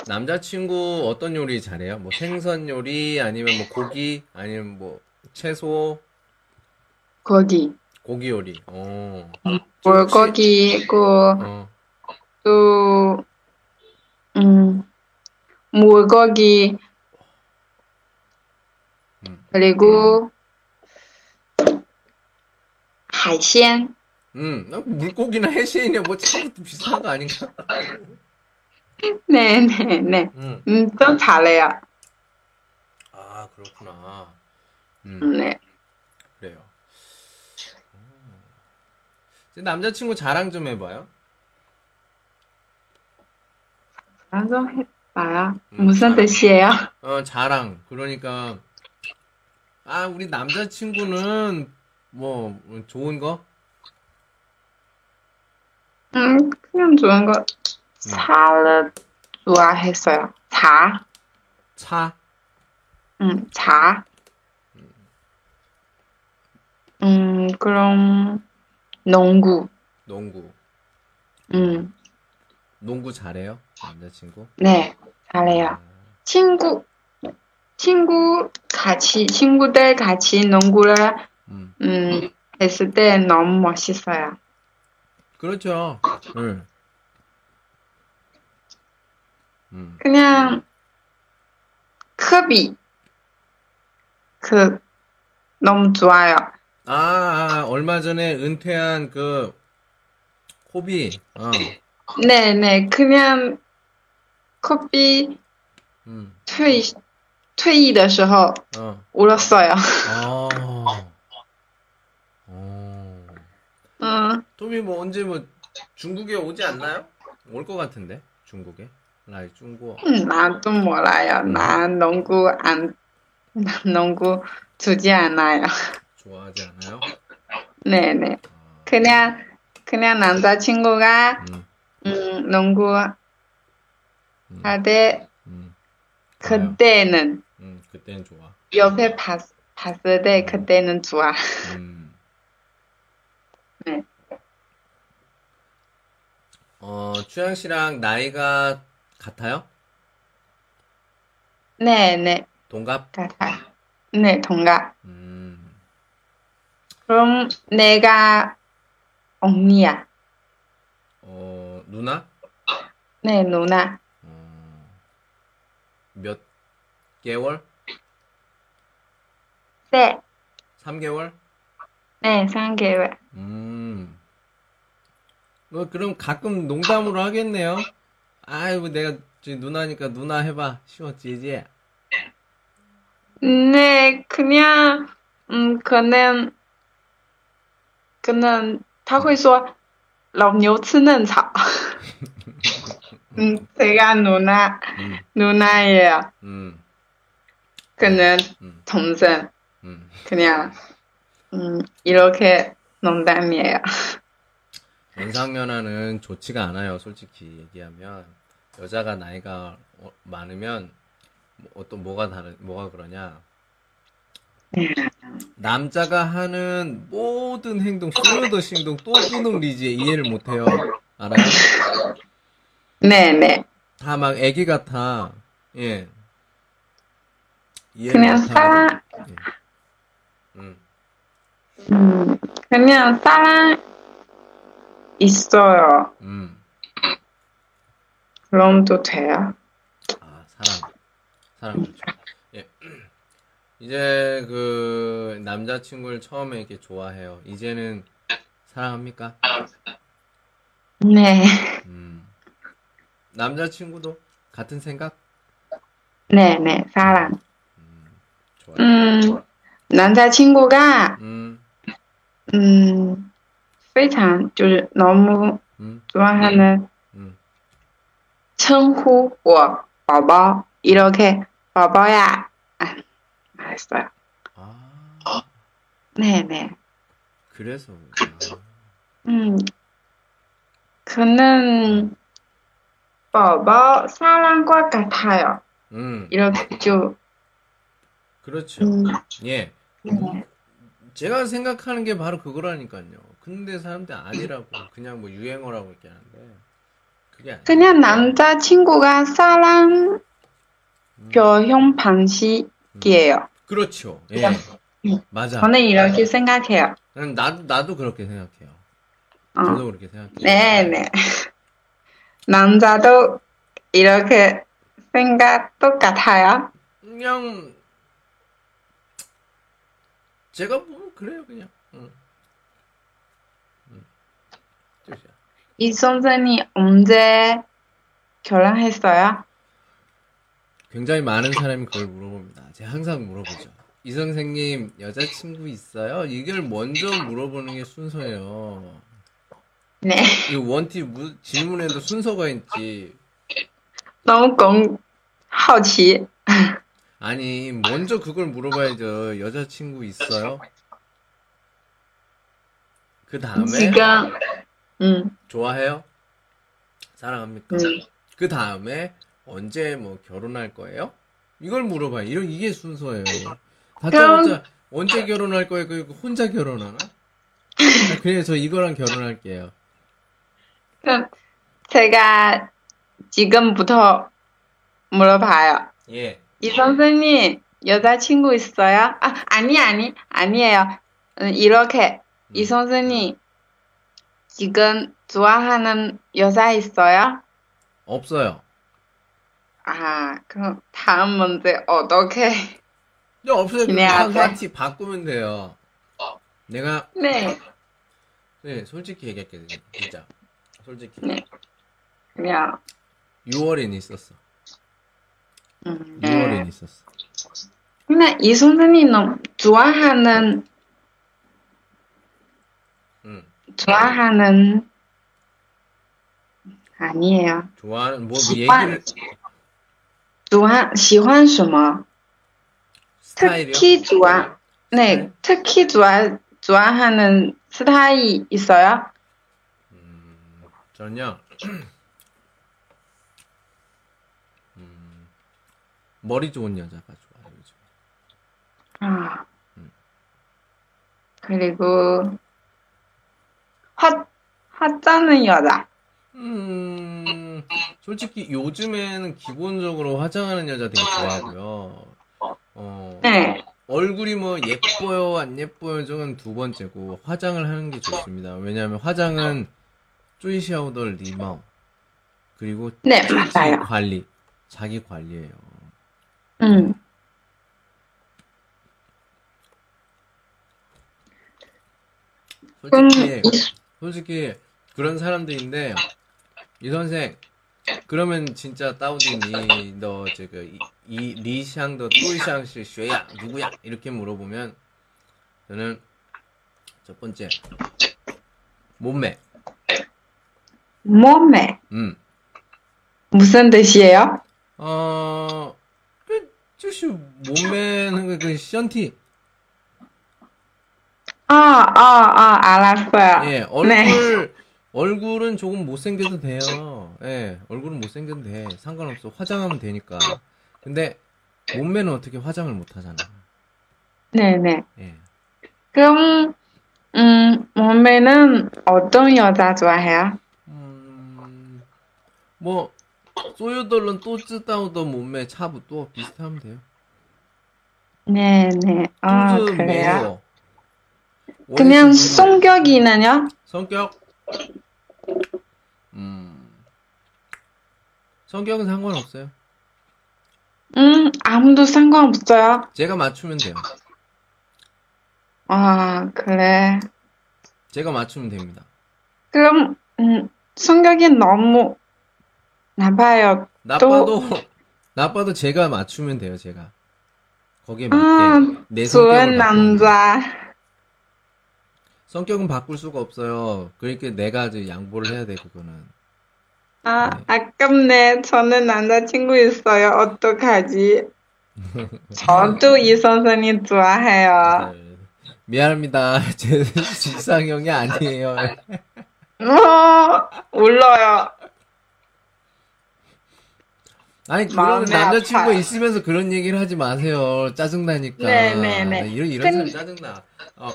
남자친구 어떤 요리 잘해요? 뭐 생선 요리 아니면 뭐 고기 아니면 뭐 채소 고기, 고기 요리. 어. 물고기고, 어. 또, 음, 嗯 물고기, 음. 그리고,海鲜, 음. 어, 물고기나 해시이냐 뭐 차이 비슷한 거 아닌가? 네, 네, 네. 음. 음, 좀 잘해요. 아, 그렇구나. 음. 네. 그래요. 음. 이제 남자친구 자랑 좀 해봐요. 나도 해봐요. 음, 무슨 잘해. 뜻이에요? 어, 자랑. 그러니까, 아, 우리 남자친구는, 뭐, 뭐 좋은 거? 음, 그냥 좋은 거 차를 좋아했어요. 차, 차? 음, 차. 음, 그럼 농구, 농구. 음, 농구 잘해요? 남자친구? 네, 잘해요. 친구, 친구 같이 친구들 같이 농구를 음. 음 했을 때 너무 멋있어요. 그렇죠. 응. 음. 그냥 커비, 그 너무 좋아요. 아, 아, 얼마 전에 은퇴한 그, 코비. 어. 네, 네, 그냥 커피 음. 退退役的时候 어. 울었어요. 아. 어. 음, 토미 뭐 언제 뭐 중국에 오지 않나요? 올 것 같은데 중국에 라이 중국 음, 나도 몰라요. 나 농구 안, 나 농구 주지 않아요. 좋아하지 않아요? 네, 네. 아, 그냥 그냥 남자친구가 음, 음, 농구 음, 할때 음, 그때는 음, 그때는 좋아. 옆에 봤, 봤을 때 그때는 좋아. 음. 네. 어 추양 씨랑 나이가 같아요? 네, 네, 동갑? 같아요. 네, 동갑. 음. 그럼 내가 언니야. 어 누나? 네, 누나. 어, 몇 개월? 네, 3개월? 네, 3개월. 음. 뭐 그럼 가끔 농담으로 하겠네요. 아이고 내가 저기 누나니까 누나 해봐. 쉬웠지지? 네, 그냥, 음, 可能可能他会说老牛吃嫩草。嗯， 음, 제가누나 음, 누나예요 음, 그는 음, 동생 음. 그냥 음 이렇게 농담이에요. 연상연하는 좋지가 않아요. 솔직히 얘기하면 여자가 나이가 어- 많으면 뭐 어떤 뭐가 다른 뭐가 그러냐? 남자가 하는 모든 행동, 소요도 행동, 또 끊는 리지에 이해를 못해요. 알아요? 네, 네. 다 막 애기 같아. 예. 이해를 그냥 못하고. 사랑 음. 음 그냥 사랑 있어요. 음. 그럼도 돼요. 아, 사랑. 사랑 좋죠. 예. 이제 그 남자친구를 처음에 이렇게 좋아해요. 이제는 사랑합니까? 네, 음. 남자친구도 같은 생각? 네, 네. 사랑. 음. 좋아요. 음 남자친구가 음. 음非常就是너무 음. 좋아하는 음. 称呼我宝宝 이렇게宝宝야. 아, 알았어요. 어? 아. 네, 네. 그래서 음, 그는宝宝 사랑과 같아요. 음. 이렇게 좀, 그렇죠. 음, 예. 네. 제가 생각하는 게 바로 그거라니까요. 근데 사람들 아니라고 그냥 뭐 유행어라고 이렇게 하는데 그게 아니에요. 그냥 남자친구가 사랑 음, 표현 방식이에요. 음. 그렇죠. 예. 음. 맞아. 저는 이렇게 생각해요. 난- 나도 나도 그렇게 생각해요. 어, 저도 그렇게 생각해요. 네, 네. 남자도 이렇게 생각 똑같아요. 그냥 제가 보면 그래요, 그냥. 응. 응. 그죠. 이 선생님 언제 결혼했어요? 굉장히 많은 사람이 그걸 물어봅니다. 제가 항상 물어보죠. 이 선생님 여자친구 있어요? 이걸 먼저 물어보는 게 순서예요. 네. 이 원티 무- 질문에도 순서가 있지. 너무 공, 好奇。 아니 먼저 그걸 물어봐야죠. 여자친구 있어요? 그 다음에 지금 음, 좋아해요? 사랑합니까? 음. 그 다음에 언제 뭐 결혼할 거예요? 이걸 물어봐요. 이런 이게 순서예요. 다짜고짜 언제 결혼할 거예요? 그리고 혼자 결혼하나? 아, 그래요. 저 이거랑 결혼할게요. 그럼 제가 지금부터 물어봐요. 예. 이 선생님 여자친구 있어요? 아 아니 아니 아니에요. 음, 이렇게 이 선생님 지금 좋아하는 여자 있어요? 없어요. 아 그럼 다음 문제 어떻게? 야, 없어요. 그냥 그냥 앞에- 같이 바꾸면 돼요. 내가 네 네, 솔직히 얘기할게요. 진짜. 솔직히. 네. 그냥 6월엔 있었어. 음, 네. 6월엔 있었어. 근데 이 선생님은 좋아하는 응. 좋아하는 아니에요. 좋아하는 뭐 좋아하는 얘기를 喜欢喜欢什么？ 스타일이요? 특히 좋아. 네, 특히 좋아 좋아하는 스타일 있어요? 음, 저는요. 음, 머리 좋은 여자가 좋아요. 요즘. 아. 음. 그리고 화 화자는 여자. 음, 솔직히 요즘에는 기본적으로 화장하는 여자 되게 좋아하고요. 어, 네. 얼굴이 뭐 예뻐요, 안 예뻐요, 저건 두 번째고, 화장을 하는 게 좋습니다. 왜냐하면 화장은 쪼이샤오더 리마 그리고 네, 자기 맞아요. 관리, 자기 관리예요. 음. 跟 솔직히 이 솔직히 그런 사람들인데 이 선생 그러면 진짜 다운디 니너 저거 그 이 리샹더 또이샹시 쉐야 누구야 이렇게 물어보면 저는 첫 번째 몸매 몸매 음 무슨 뜻이에요? 어, 그,就是몸매는그身体 아, 아, 아, 알았어요. 예, 얼굴, 얼굴은 조금 못생겨도 돼요. 예, 얼굴은 못생겨도 돼. 상관없어. 화장하면 되니까. 근데, 몸매는 어떻게 화장을 못 하잖아. 네, 네. 예. 그럼, 음, 몸매는 어떤 여자 좋아해요? 음, 뭐, 소유돌은 또 쯔다우던 몸매 차부터 비슷하면 돼요. 네, 네. 아, 또즈 그래요? 매워. 그냥 원래 성격이는요? 성격? 음. 성격은 상관없어요. 음, 아무도 상관없어요. 제가 맞추면 돼요. 아, 그래. 제가 맞추면 됩니다. 그럼, 음, 성격이 너무 나빠요. 나빠도, 나빠도 제가 맞추면 돼요, 제가. 거기에 맞게. 아, 내 좋은 성격을 바꾸면 돼요. 남자. 성격은 바꿀 수가 없어요. 그러니까 내가 이제 양보를 해야 돼, 그거는. 아, 네. 아깝네. 저는 남자친구 있어요. 어떡하지? 저도 이 선생님 좋아해요. 네. 미안합니다. 제 지상형이 아니에요. 네. 어, 울러요. 아니, 그러면 마음이 남자친구 아파요. 있으면서 그런 얘기를 하지 마세요. 짜증나니까. 아, 네, 네, 네. 이런, 이런 근- 사람 짜증나. 어,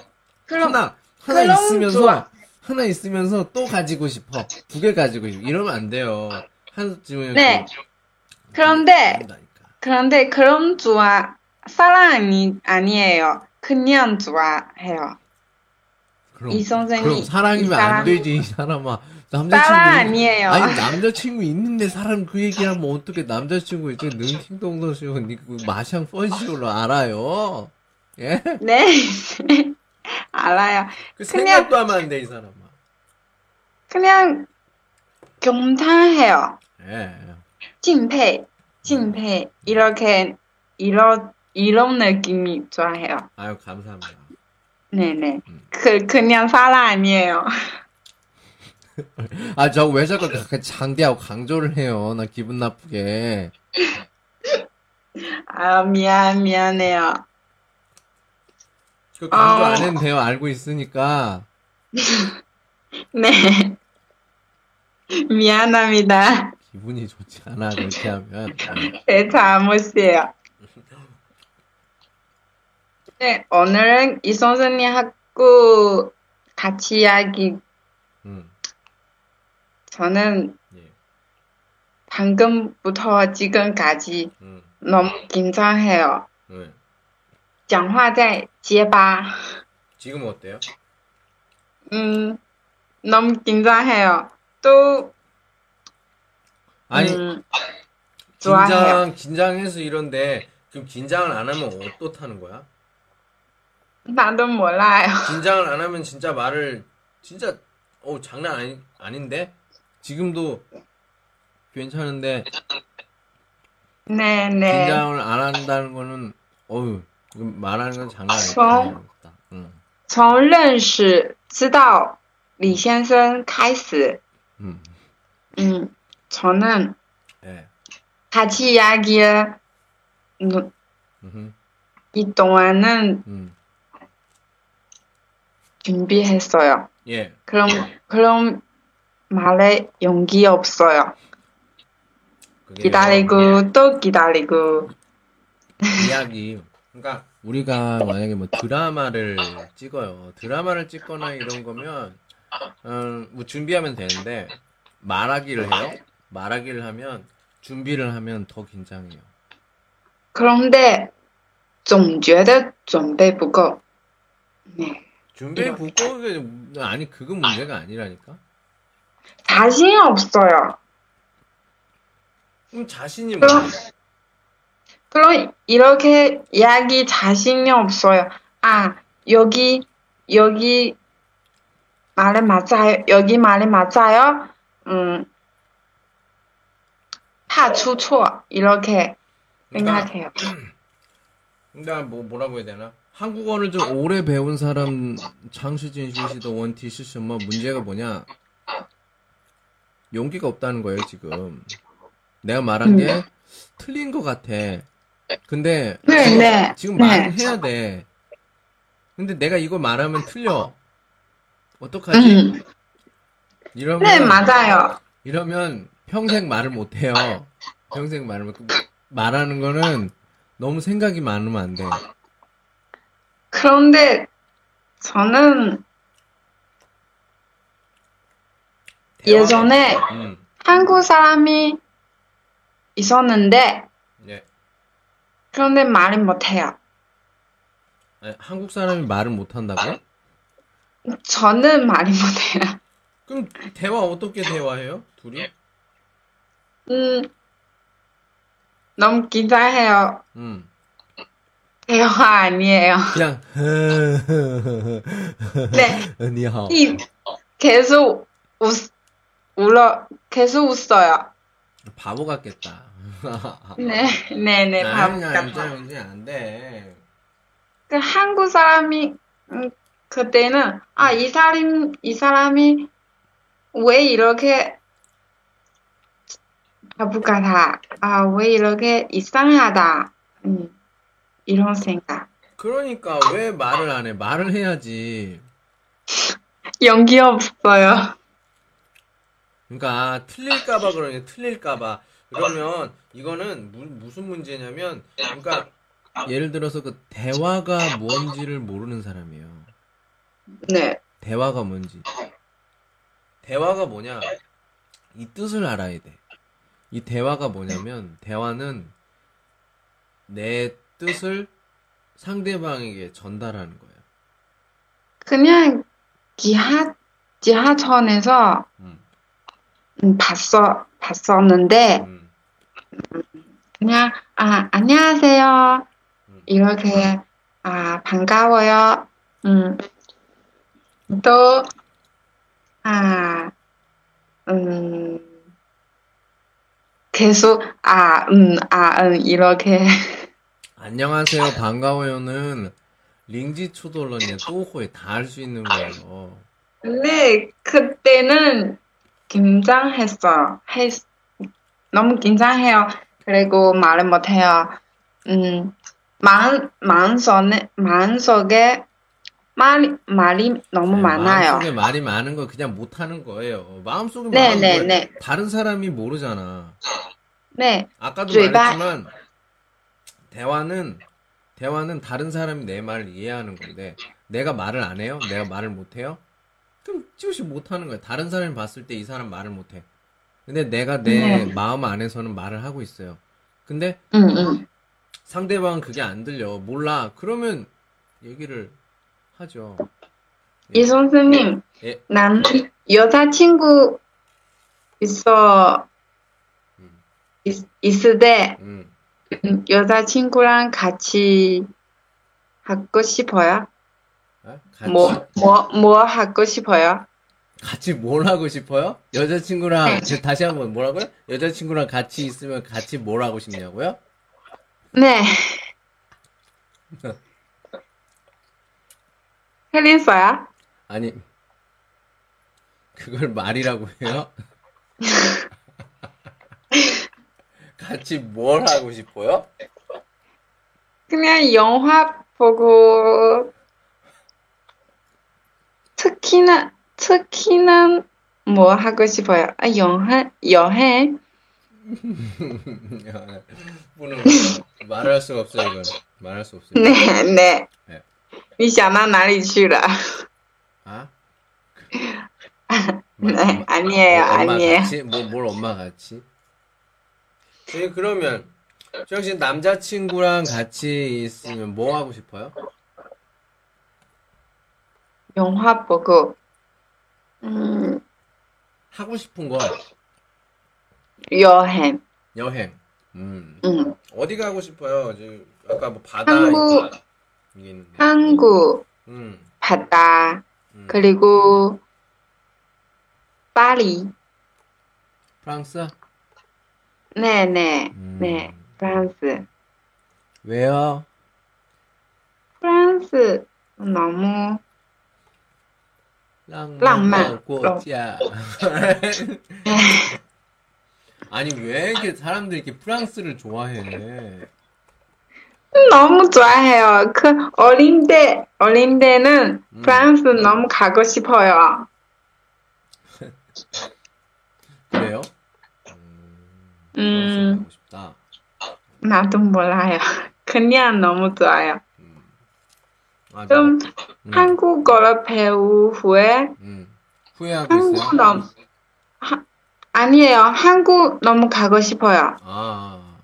그럼, 하나, 하나 그럼 있으면서, 좋아. 하나 있으면서 또 가지고 싶어. 두 개 가지고 싶어. 이러면 안 돼요. 한쯤은. 네. 그- 그런데, 그런다니까. 그런데 그런 좋아. 사랑 아니, 아니에요. 그냥 좋아해요. 그럼, 이 선생이, 그럼 사랑이면 이 안 사람- 되지, 이 사람아. 남자친구. 사랑 있- 아니에요. 아니, 남자친구 있는데 사람 그 얘기하면 어떻게 남자친구 이제 능팅동더시고, 그 마샹 펀시오로 알아요? 예? 네. 알아요. 그 그냥- 생각도 하면 안 돼, 이 사람아. 그냥 경탄해요. 예. 敬佩,敬佩. 이렇게, 이런, 이런 느낌이 좋아해요. 아유, 감사합니다. 네네. 음. 그, 그냥 사람 아니에요. 아, 저 왜 자꾸 그렇게 장대하고 강조를 해요? 나 기분 나쁘게. 아, 미안, 미안해요. 그 강조 아. 안 해도 돼요. 알고 있으니까. 네. 미안합니다. 네, 기분이 좋지 않아, 그렇게 하면. 제 잘못이에요. 네, 오늘은 이 선생님하고 같이 이야기, 음, 저는 예, 방금부터 지금까지 음, 너무 긴장해요. 네. 讲话在结巴. 지금 어때요? 음, 너무 긴장해요. 또, 아니, 음, 좋아해요. 긴장, 긴장해서 이런데, 그럼 긴장을 안 하면 어떻다는 거야? 나도 몰라요. 긴장을 안 하면 진짜 말을, 진짜, 어 장난 아니, 아닌데? 지금도 괜찮은데, 네, 네. 긴장을 안 한다는 거는 어휴 이거 말하는 건 장난 음, 어? 아니다. 응, 从认识知道李先生开始，嗯 응, 음, 저는 예, 같이 이야기해 음, 음, 이 동안은 음, 준비했어요. 예, 그럼 그럼 말에 용기 없어요. 그게 뭐 기다리고 또 기다리고. 이야기. 그러니까 우리가 만약에 뭐 드라마를 찍어요. 드라마를 찍거나 이런 거면 음, 뭐 준비하면 되는데 말하기를 해요. 말하기를 하면 준비를 하면 더 긴장해요. 그런데 总觉得准备不够。 네. 준비 부끄러운 게 아니 그거 문제가 아니라니까. 자신 없어요. 그럼 자신이 뭐? 그럼 그럼 이렇게 이야기 자신이 없어요. 아, 여기, 여기 말이 맞아요. 여기 말이 맞아요. 음, 怕出错 이렇게 그러니까, 생각해요. 그러니까 뭐 뭐라고 해야 되나? 한국어를 좀 오래 배운 사람 장수진 씨도 원티 시스마 문제가 뭐냐? 용기가 없다는 거예요 지금. 내가 말한 게 틀린 것 같아. 근데 네, 지금- 네, 지금 네. 말해야 돼. 근데 내가 이거 말하면 틀려. 어떡하지? 음, 이러면 네 맞아요. 이러면 평생 말을 못 해요. 평생 말을 못 말하는 거는 너무 생각이 많으면 안 돼. 그런데 저는 대화가- 예전에 음. 한국 사람이 있었는데 예. 그런데 말을 못해요. 아니, 예, 한국 사람이 말을 못 한다고요? 저는 말이 못해요. 그럼 대화 어떻게 대화해요? 둘이? 음, 너무 긴장해요. 음. 대화 아니에요. 그냥 네, 니하오. 이 계속 웃, 울어, 계속 웃어요. 바보 같겠다. 네, 네, 네, 바보 아니, 아니, 같아요. 이제 안 돼. 그 한국 사람이 음, 그때는 아, 이 사람, 이 사람이 왜 이렇게 바보 같아? 아, 왜 이렇게 이상하다? 음, 이런 생각. 그러니까 왜 말을 안 해? 말을 해야지. 연기 없어요. 그러니까 틀릴까봐 그러네 틀릴까봐 그러면 이거는 무, 슨 문제냐면 그러니까 예를 들어서 그 대화가 뭔지를 모르는 사람이에요 네, 대화가 뭔지 대화가 뭐냐 이 뜻을 알아야 돼 이 대화가 뭐냐면 대화는 내 뜻을 상대방에게 전달하는 거예요 그냥 기하, 지하철에서 음, 음, 봤어, 봤었는데, 음, 그냥, 아, 안녕하세요. 음. 이렇게, 아, 반가워요. 음, 또, 아, 음, 계속, 아, 음, 아, 음, 이렇게. 안녕하세요 반가워요는 링지 초돌런의 또호에 다 할 수 있는 거예요 근데 그때는 긴장했어요. 했, 너무 긴장해요. 그리고 말을 못해요. 음, 마음, 마음속에, 마음속에 말이, 말이 너무 네, 많아요. 마음속에 말이 많은 거 그냥 못하는 거예요. 마음속에 네, 많은 네, 걸 네. 다른 사람이 모르잖아. 네, 아까도 주의발. 말했지만 대화는 대화는 다른 사람이 내 말을 이해하는 건데 내가 말을 안 해요? 내가 말을 못 해요? 그럼 찌우씨 못 하는 거야. 다른 사람이 봤을 때 이 사람 말을 못 해. 근데 내가 내 네. 마음 안에서는 말을 하고 있어요. 근데 음, 음. 상대방은 그게 안 들려. 몰라. 그러면 얘기를 하죠. 이 선생님, 예. 난 여자친구 있어, 음. 있, 있을 때 음. 음, 여자친구랑 같이 하고 싶어요? 아, 같이. 뭐, 뭐, 뭐 하고 싶어요? 같이 뭘 하고 싶어요? 여자친구랑 네. 제- 다시 한번 뭐라고요? 여자친구랑 같이 있으면 같이 뭘 하고 싶냐고요? 네. 헬린서야? 아니 그걸 말이라고 해요? 같이 뭘 하고 싶어요? 그냥 영화 보고, 특히나, 특히나 뭐 하고 싶어요? 아, 여행, 여행? 네. 분은 뭐예요? 말할 수가 없어요 이건 말할 수 없어요. 네, 네. 네. 你想到哪里去了？ 아? 네, 마- 마- 아니에요, 뭐 엄마 아니에요. 같이? 뭐, 뭘 엄마 같이? 네, 그러면 주영 씨 남자친구랑 같이 있으면 뭐 하고 싶어요? 영화 보고, 음, 하고 싶은 거 여행, 여행. 음. 음, 어디 가고 싶어요? 이제 아까 뭐 바다 한국, 이게 있는데. 한국, 음. 바다, 음. 그리고 巴黎. 프랑스? 네, 네. 음. 네. 프랑스. 왜요? 프랑스 너무 낭만과 낭만. 어. 国家. 아니, 왜 이렇게 사람들이 이렇게 프랑스를 좋아해? 너무 좋아해요. 그 어린 때 어린 때는 음. 프랑스 너무 가고 싶어요. 그래요? 음, 프랑스 음. 가고 싶다. 나도 몰라요. 그냥 너무 좋아요. 음. 아, 음, 좀 한국어를 배우 후에 음. 후회하고 있어요? 한국 너무 하- 아니에요. 한국 너무 가고 싶어요. 아,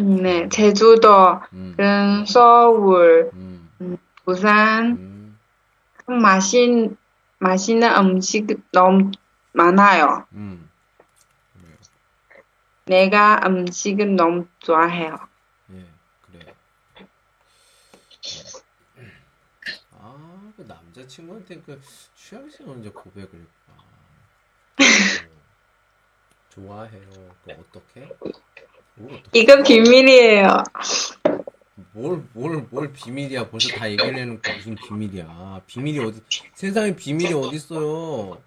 음, 네, 제주도, 음, 음, 서울, 음, 부산 음, 맛있 맛있는 음식 너무 많아요. 음. 내가 음식을 너무 좋아해요. 예, 그래요. 아, 그 남자친구한테 그 취향생활 언제 고백을 했구나. 어, 좋아해요. 그 어떻게? 뭘 어떻게? 이거 비밀이에요. 뭘, 뭘, 뭘 비밀이야. 벌써 다 얘기를 해놓고 무슨 비밀이야. 비밀이 어디, 세상에 비밀이 어딨어요.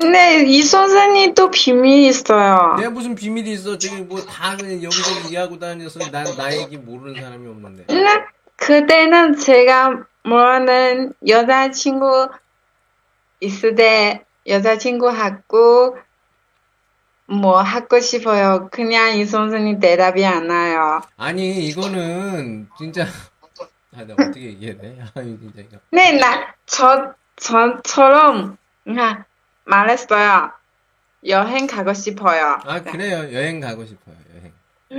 근데 이 선생님 또 비밀이 있어요. 내가 무슨 비밀이 있어. 저기 뭐 다 그냥 여기저기 얘기하고 다녀서 난, 나 얘기 모르는 사람이 없는데. 근데 네? 그때는 제가 모르는 여자친구 있을 때 여자친구하고 뭐 하고 싶어요. 그냥 이 선생님 대답이 안 와요. 아니, 이거는 진짜. 아, 내가 어떻게 얘기해야 돼? 아니, 진짜 이거. 네, 나, 저, 저처럼 그냥 말했어요. 여행 가고 싶어요. 아, 그래요. 여행 가고 싶어요. 여행.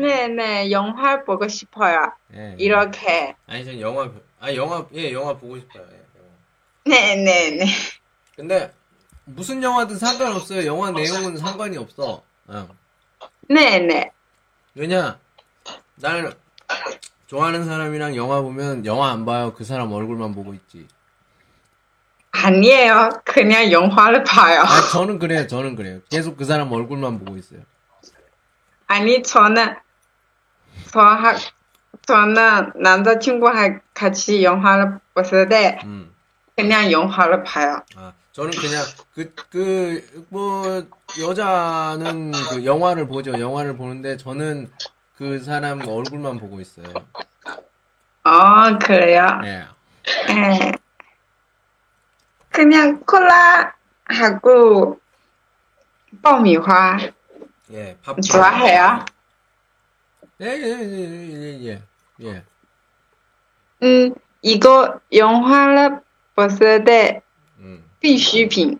네, 네, 영화 보고 싶어요. 예. 이렇게. 아니, 전 영화, 보- 아, 영화, 예, 영화 보고 싶어요. 예, 영화. 네, 네, 네. 근데, 무슨 영화든 상관없어요. 영화 내용은 상관이 없어. 어. 네, 네. 왜냐, 나는 좋아하는 사람이랑 영화 보면 영화 안 봐요. 그 사람 얼굴만 보고 있지. 아니에요. 그냥 영화를 봐요. 아, 저는 그래요. 저는 그래요. 계속 그 사람 얼굴만 보고 있어요. 아니, 저는, 저, 하, 저는 남자친구와 같이 영화를 봤을 때, 음. 그냥 영화를 봐요. 아, 저는 그냥 그, 그, 뭐, 여자는 그 영화를 보죠. 영화를 보는데 저는 그 사람 얼굴만 보고 있어요. 어, 그래요? 예. 예. 그냥 콜라하고爆米花 예, 밥. 좋아해요. 예, 예, 예, 예, 예. 예. 음, 이거 영화를 봤을 때 음. 必需品.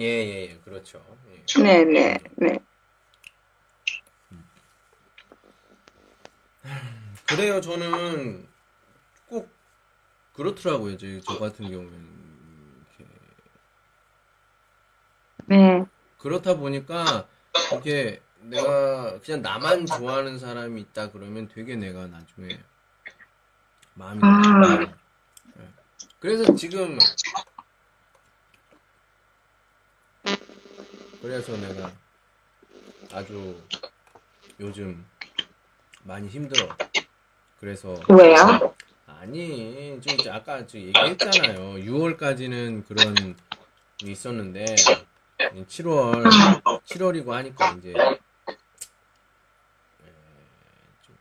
예, 예, 예. 그렇죠. 예. 네, 네, 네. 그래요. 저는 꼭 그렇더라고요. 저, 저 같은 경우에는. 이렇게. 네. 그렇다 보니까 이게 내가 그냥 나만 좋아하는 사람이 있다 그러면 되게 내가 나중에 마음이 아. 나빠요. 예. 그래서 지금 그래서 내가 아주 요즘 많이 힘들어. 그래서 왜요? 아니, 저 이제 아까 저 얘기했잖아요. 6월까지는 그런 게 있었는데 7월 7월이고 하니까 이제 에, 좀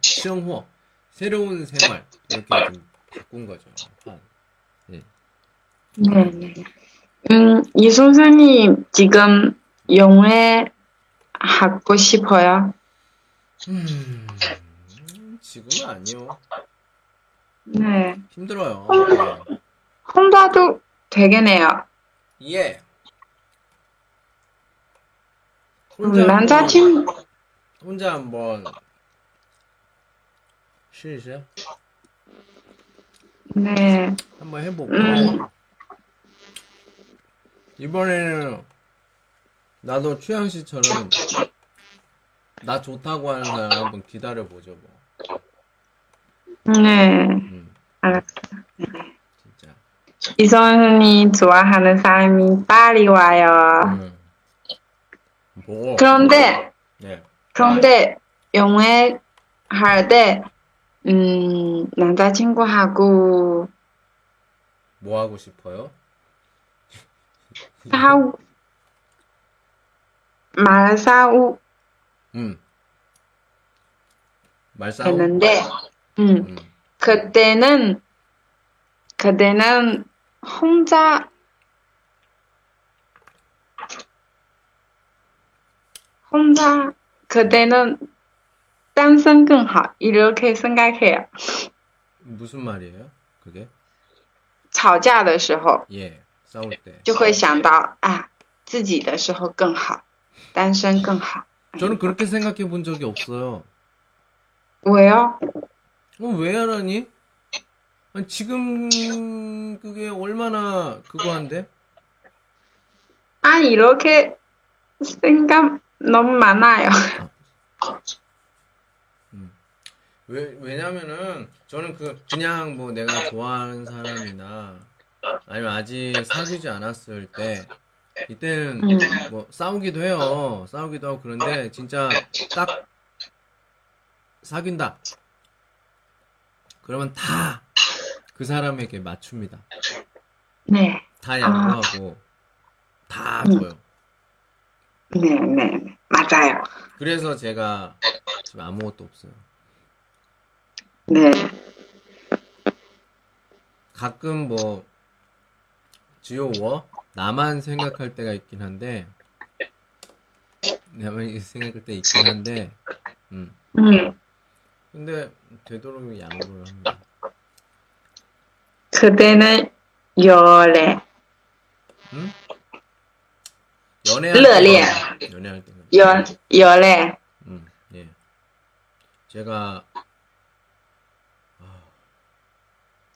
신정호 새로운 생활 이렇게 좀 바꾼 거죠. 아, 네, 네. 음, 이 선생님 지금 영화 하고 싶어요? 음, 지금은 아니요. 네. 힘들어요. 혼자도 되겠네요. 예. 예. 음, 혼자 한번- 남자친구, 혼자 한번 시시해. 네. 한번 해보고 음. 이번에는 나도 최양 씨처럼 나 좋다고 하는 사람 한번 기다려 보죠 뭐. 네. 음, 알았어. 진짜. 이선이 좋아하는 사람이 빨리 와요. 음. 뭐? 그런데 네. 그런데 연애 할때 음, 남자친구하고 뭐 하고 싶어요? 싸우 말 싸우 음. 말싸움. 했는데 음, 음. 그때는 그때는 혼자 혼자 그때는 단身 更好 이렇게 생각해요. 무슨 말이에요? 그게? 吵架的时候 예. 싸울 때. 就会想到啊，自己的时候更好，单身更好。 저는 그렇게 생각해 본 적이 없어요. 我哟， 어, 왜 하라니? 아니, 지금 그게 얼마나 그거 한데? 아 이렇게 생각 너무 많아요. 왜, 왜냐면은 저는 그 그냥 뭐 내가 좋아하는 사람이나 아니면 아직 사귀지 않았을 때 이때는 음, 뭐 싸우기도 해요. 싸우기도 하고 그런데 진짜 딱 사귄다. 그러면 다 그 사람에게 맞춥니다. 네, 다 양보하고 다 음. 줘요. 네, 네, 네, 맞아요. 그래서 제가 지금 아무것도 없어요. 네, 가끔 뭐 지겨워 나만 생각할 때가 있긴 한데 나만 생각할 때 있긴 한데 음 음. 근데 되도록이면 양보를 합니다. 그때는 열애, 응? 연애할 르리야. 때는 연애할 때는 열, 열애. 음, 예. 제가 아,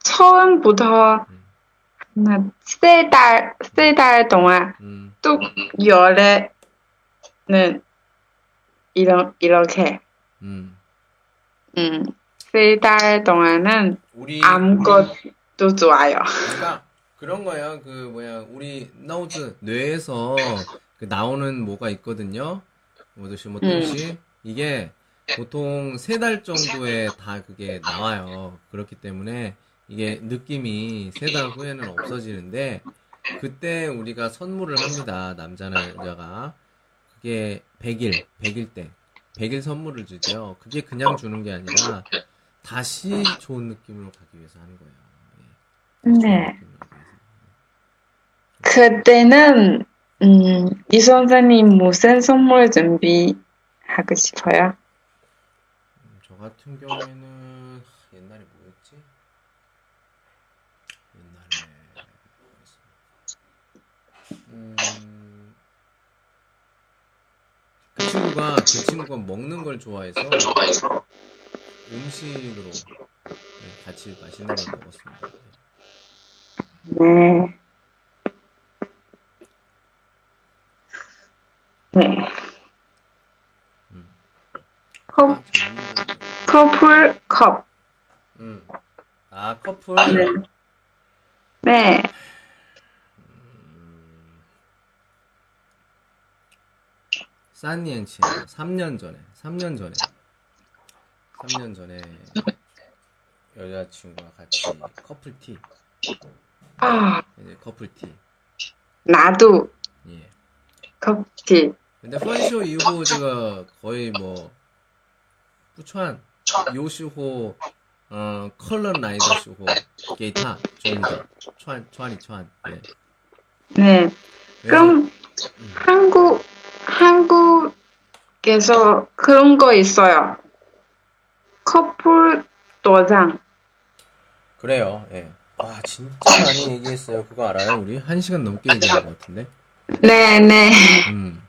처음부터 나 세달 세 달 동안 음, 또 열애는 이런 이렇게 음. 음, 세달 동안은 우리 아무것도 좋아요. 그러니까 그런 거예요. 그 뭐야 우리 노즈 뇌에서 그 나오는 뭐가 있거든요. 뭐듯이 뭐듯이 이게 보통 세 달 정도에 다 그게 나와요. 그렇기 때문에 이게 느낌이 세 달 후에는 없어지는데 그때 우리가 선물을 합니다. 남자나 여자가 그게 100일, 100일 때 100일 선물을 주죠. 그게 그냥 주는 게 아니라 다시 좋은 느낌으로 가기 위해서 하는 거예요. 예. 네. 그때는 음, 이 선생님 무슨 선물 준비하고 싶어요? 음, 저 같은 경우에는 하, 옛날에 뭐였지? 옛날에 뭐였어? 음, 그 친구가 그 친구가 먹는 걸 좋아해서 음식으로 네, 같이 맛있는 걸 먹었습니다. 네. 네. 음. 커, 아, 재밌는 거. 커플 컵. 음. 아 커플. 네. 네. 산니엔치 3년 전에 3년 전에 3년 전에 여자친구와 같이 커플티 아, 이제 커플티 나도 예 커플티. 근데 펀쇼 이후 제가 거의 뭐 부천 요시호 어 컬런 라이더 쇼호 게이타 조인더 천 천이 천 예. 네. 왜냐면- 그럼 한국, 한국에서 그런 거 있어요. 커플 도장. 그래요 예. 아 진짜 많이 얘기했어요 그거 알아요 우리 한 시간 넘게 얘기한 것 같은데 네, 네. 음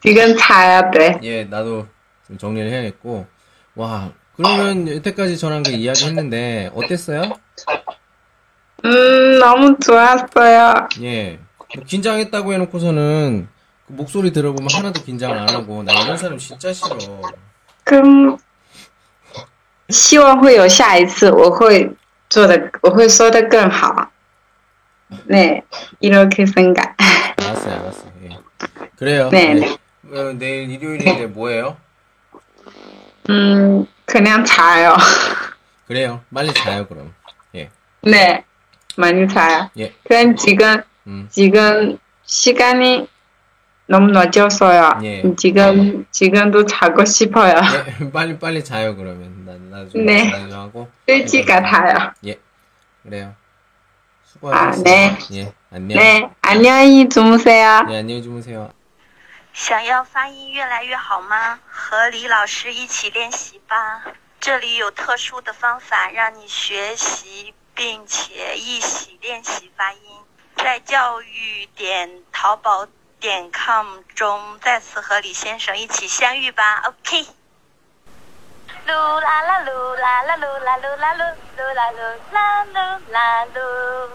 지금 자야 돼. 예, 나도 좀 정리를 해야겠고. 와, 그러면 여태까지 저랑 그 이야기 했는데, 어땠어요? 음, 너무 좋았어요. 예. 뭐 긴장했다고 해놓고서는, 그 목소리 들어보면 하나도 긴장을 안 하고, 나 이런 사람 진짜 싫어. 跟希望会有下一次，我会做的，我会说的更好。 네, 이렇게 생각. 알았어요, 알았어요. 예. 그래요. 네, 예. 네. 어, 내일 일요일인데 뭐예요? 음, 그냥 자요. 그래요. 빨리 자요, 그럼. 예. 네, 많이 자요. 예. 그럼 지금, 음. 지금 시간이 너무 늦었어요. 예. 지금, 지금도 자고 싶어요. 예, 빨리 빨리 자요, 그러면. 나 나중에 네. 나중에 하고. 네, 일찍 가요. 그래요. 아, 수고하셨습니다. 네. 예. 안녕. 네, 안녕히 주무세요. 예, 안녕히 주무세요. 想要发音越来越好吗？和李老师一起练习吧。这里有特殊的方法让你学习，并且一起练习发音。在教育点淘宝点 com 中再次和李先生一起相遇吧。OK。噜啦啦噜啦啦噜啦噜啦噜噜啦噜啦噜啦噜。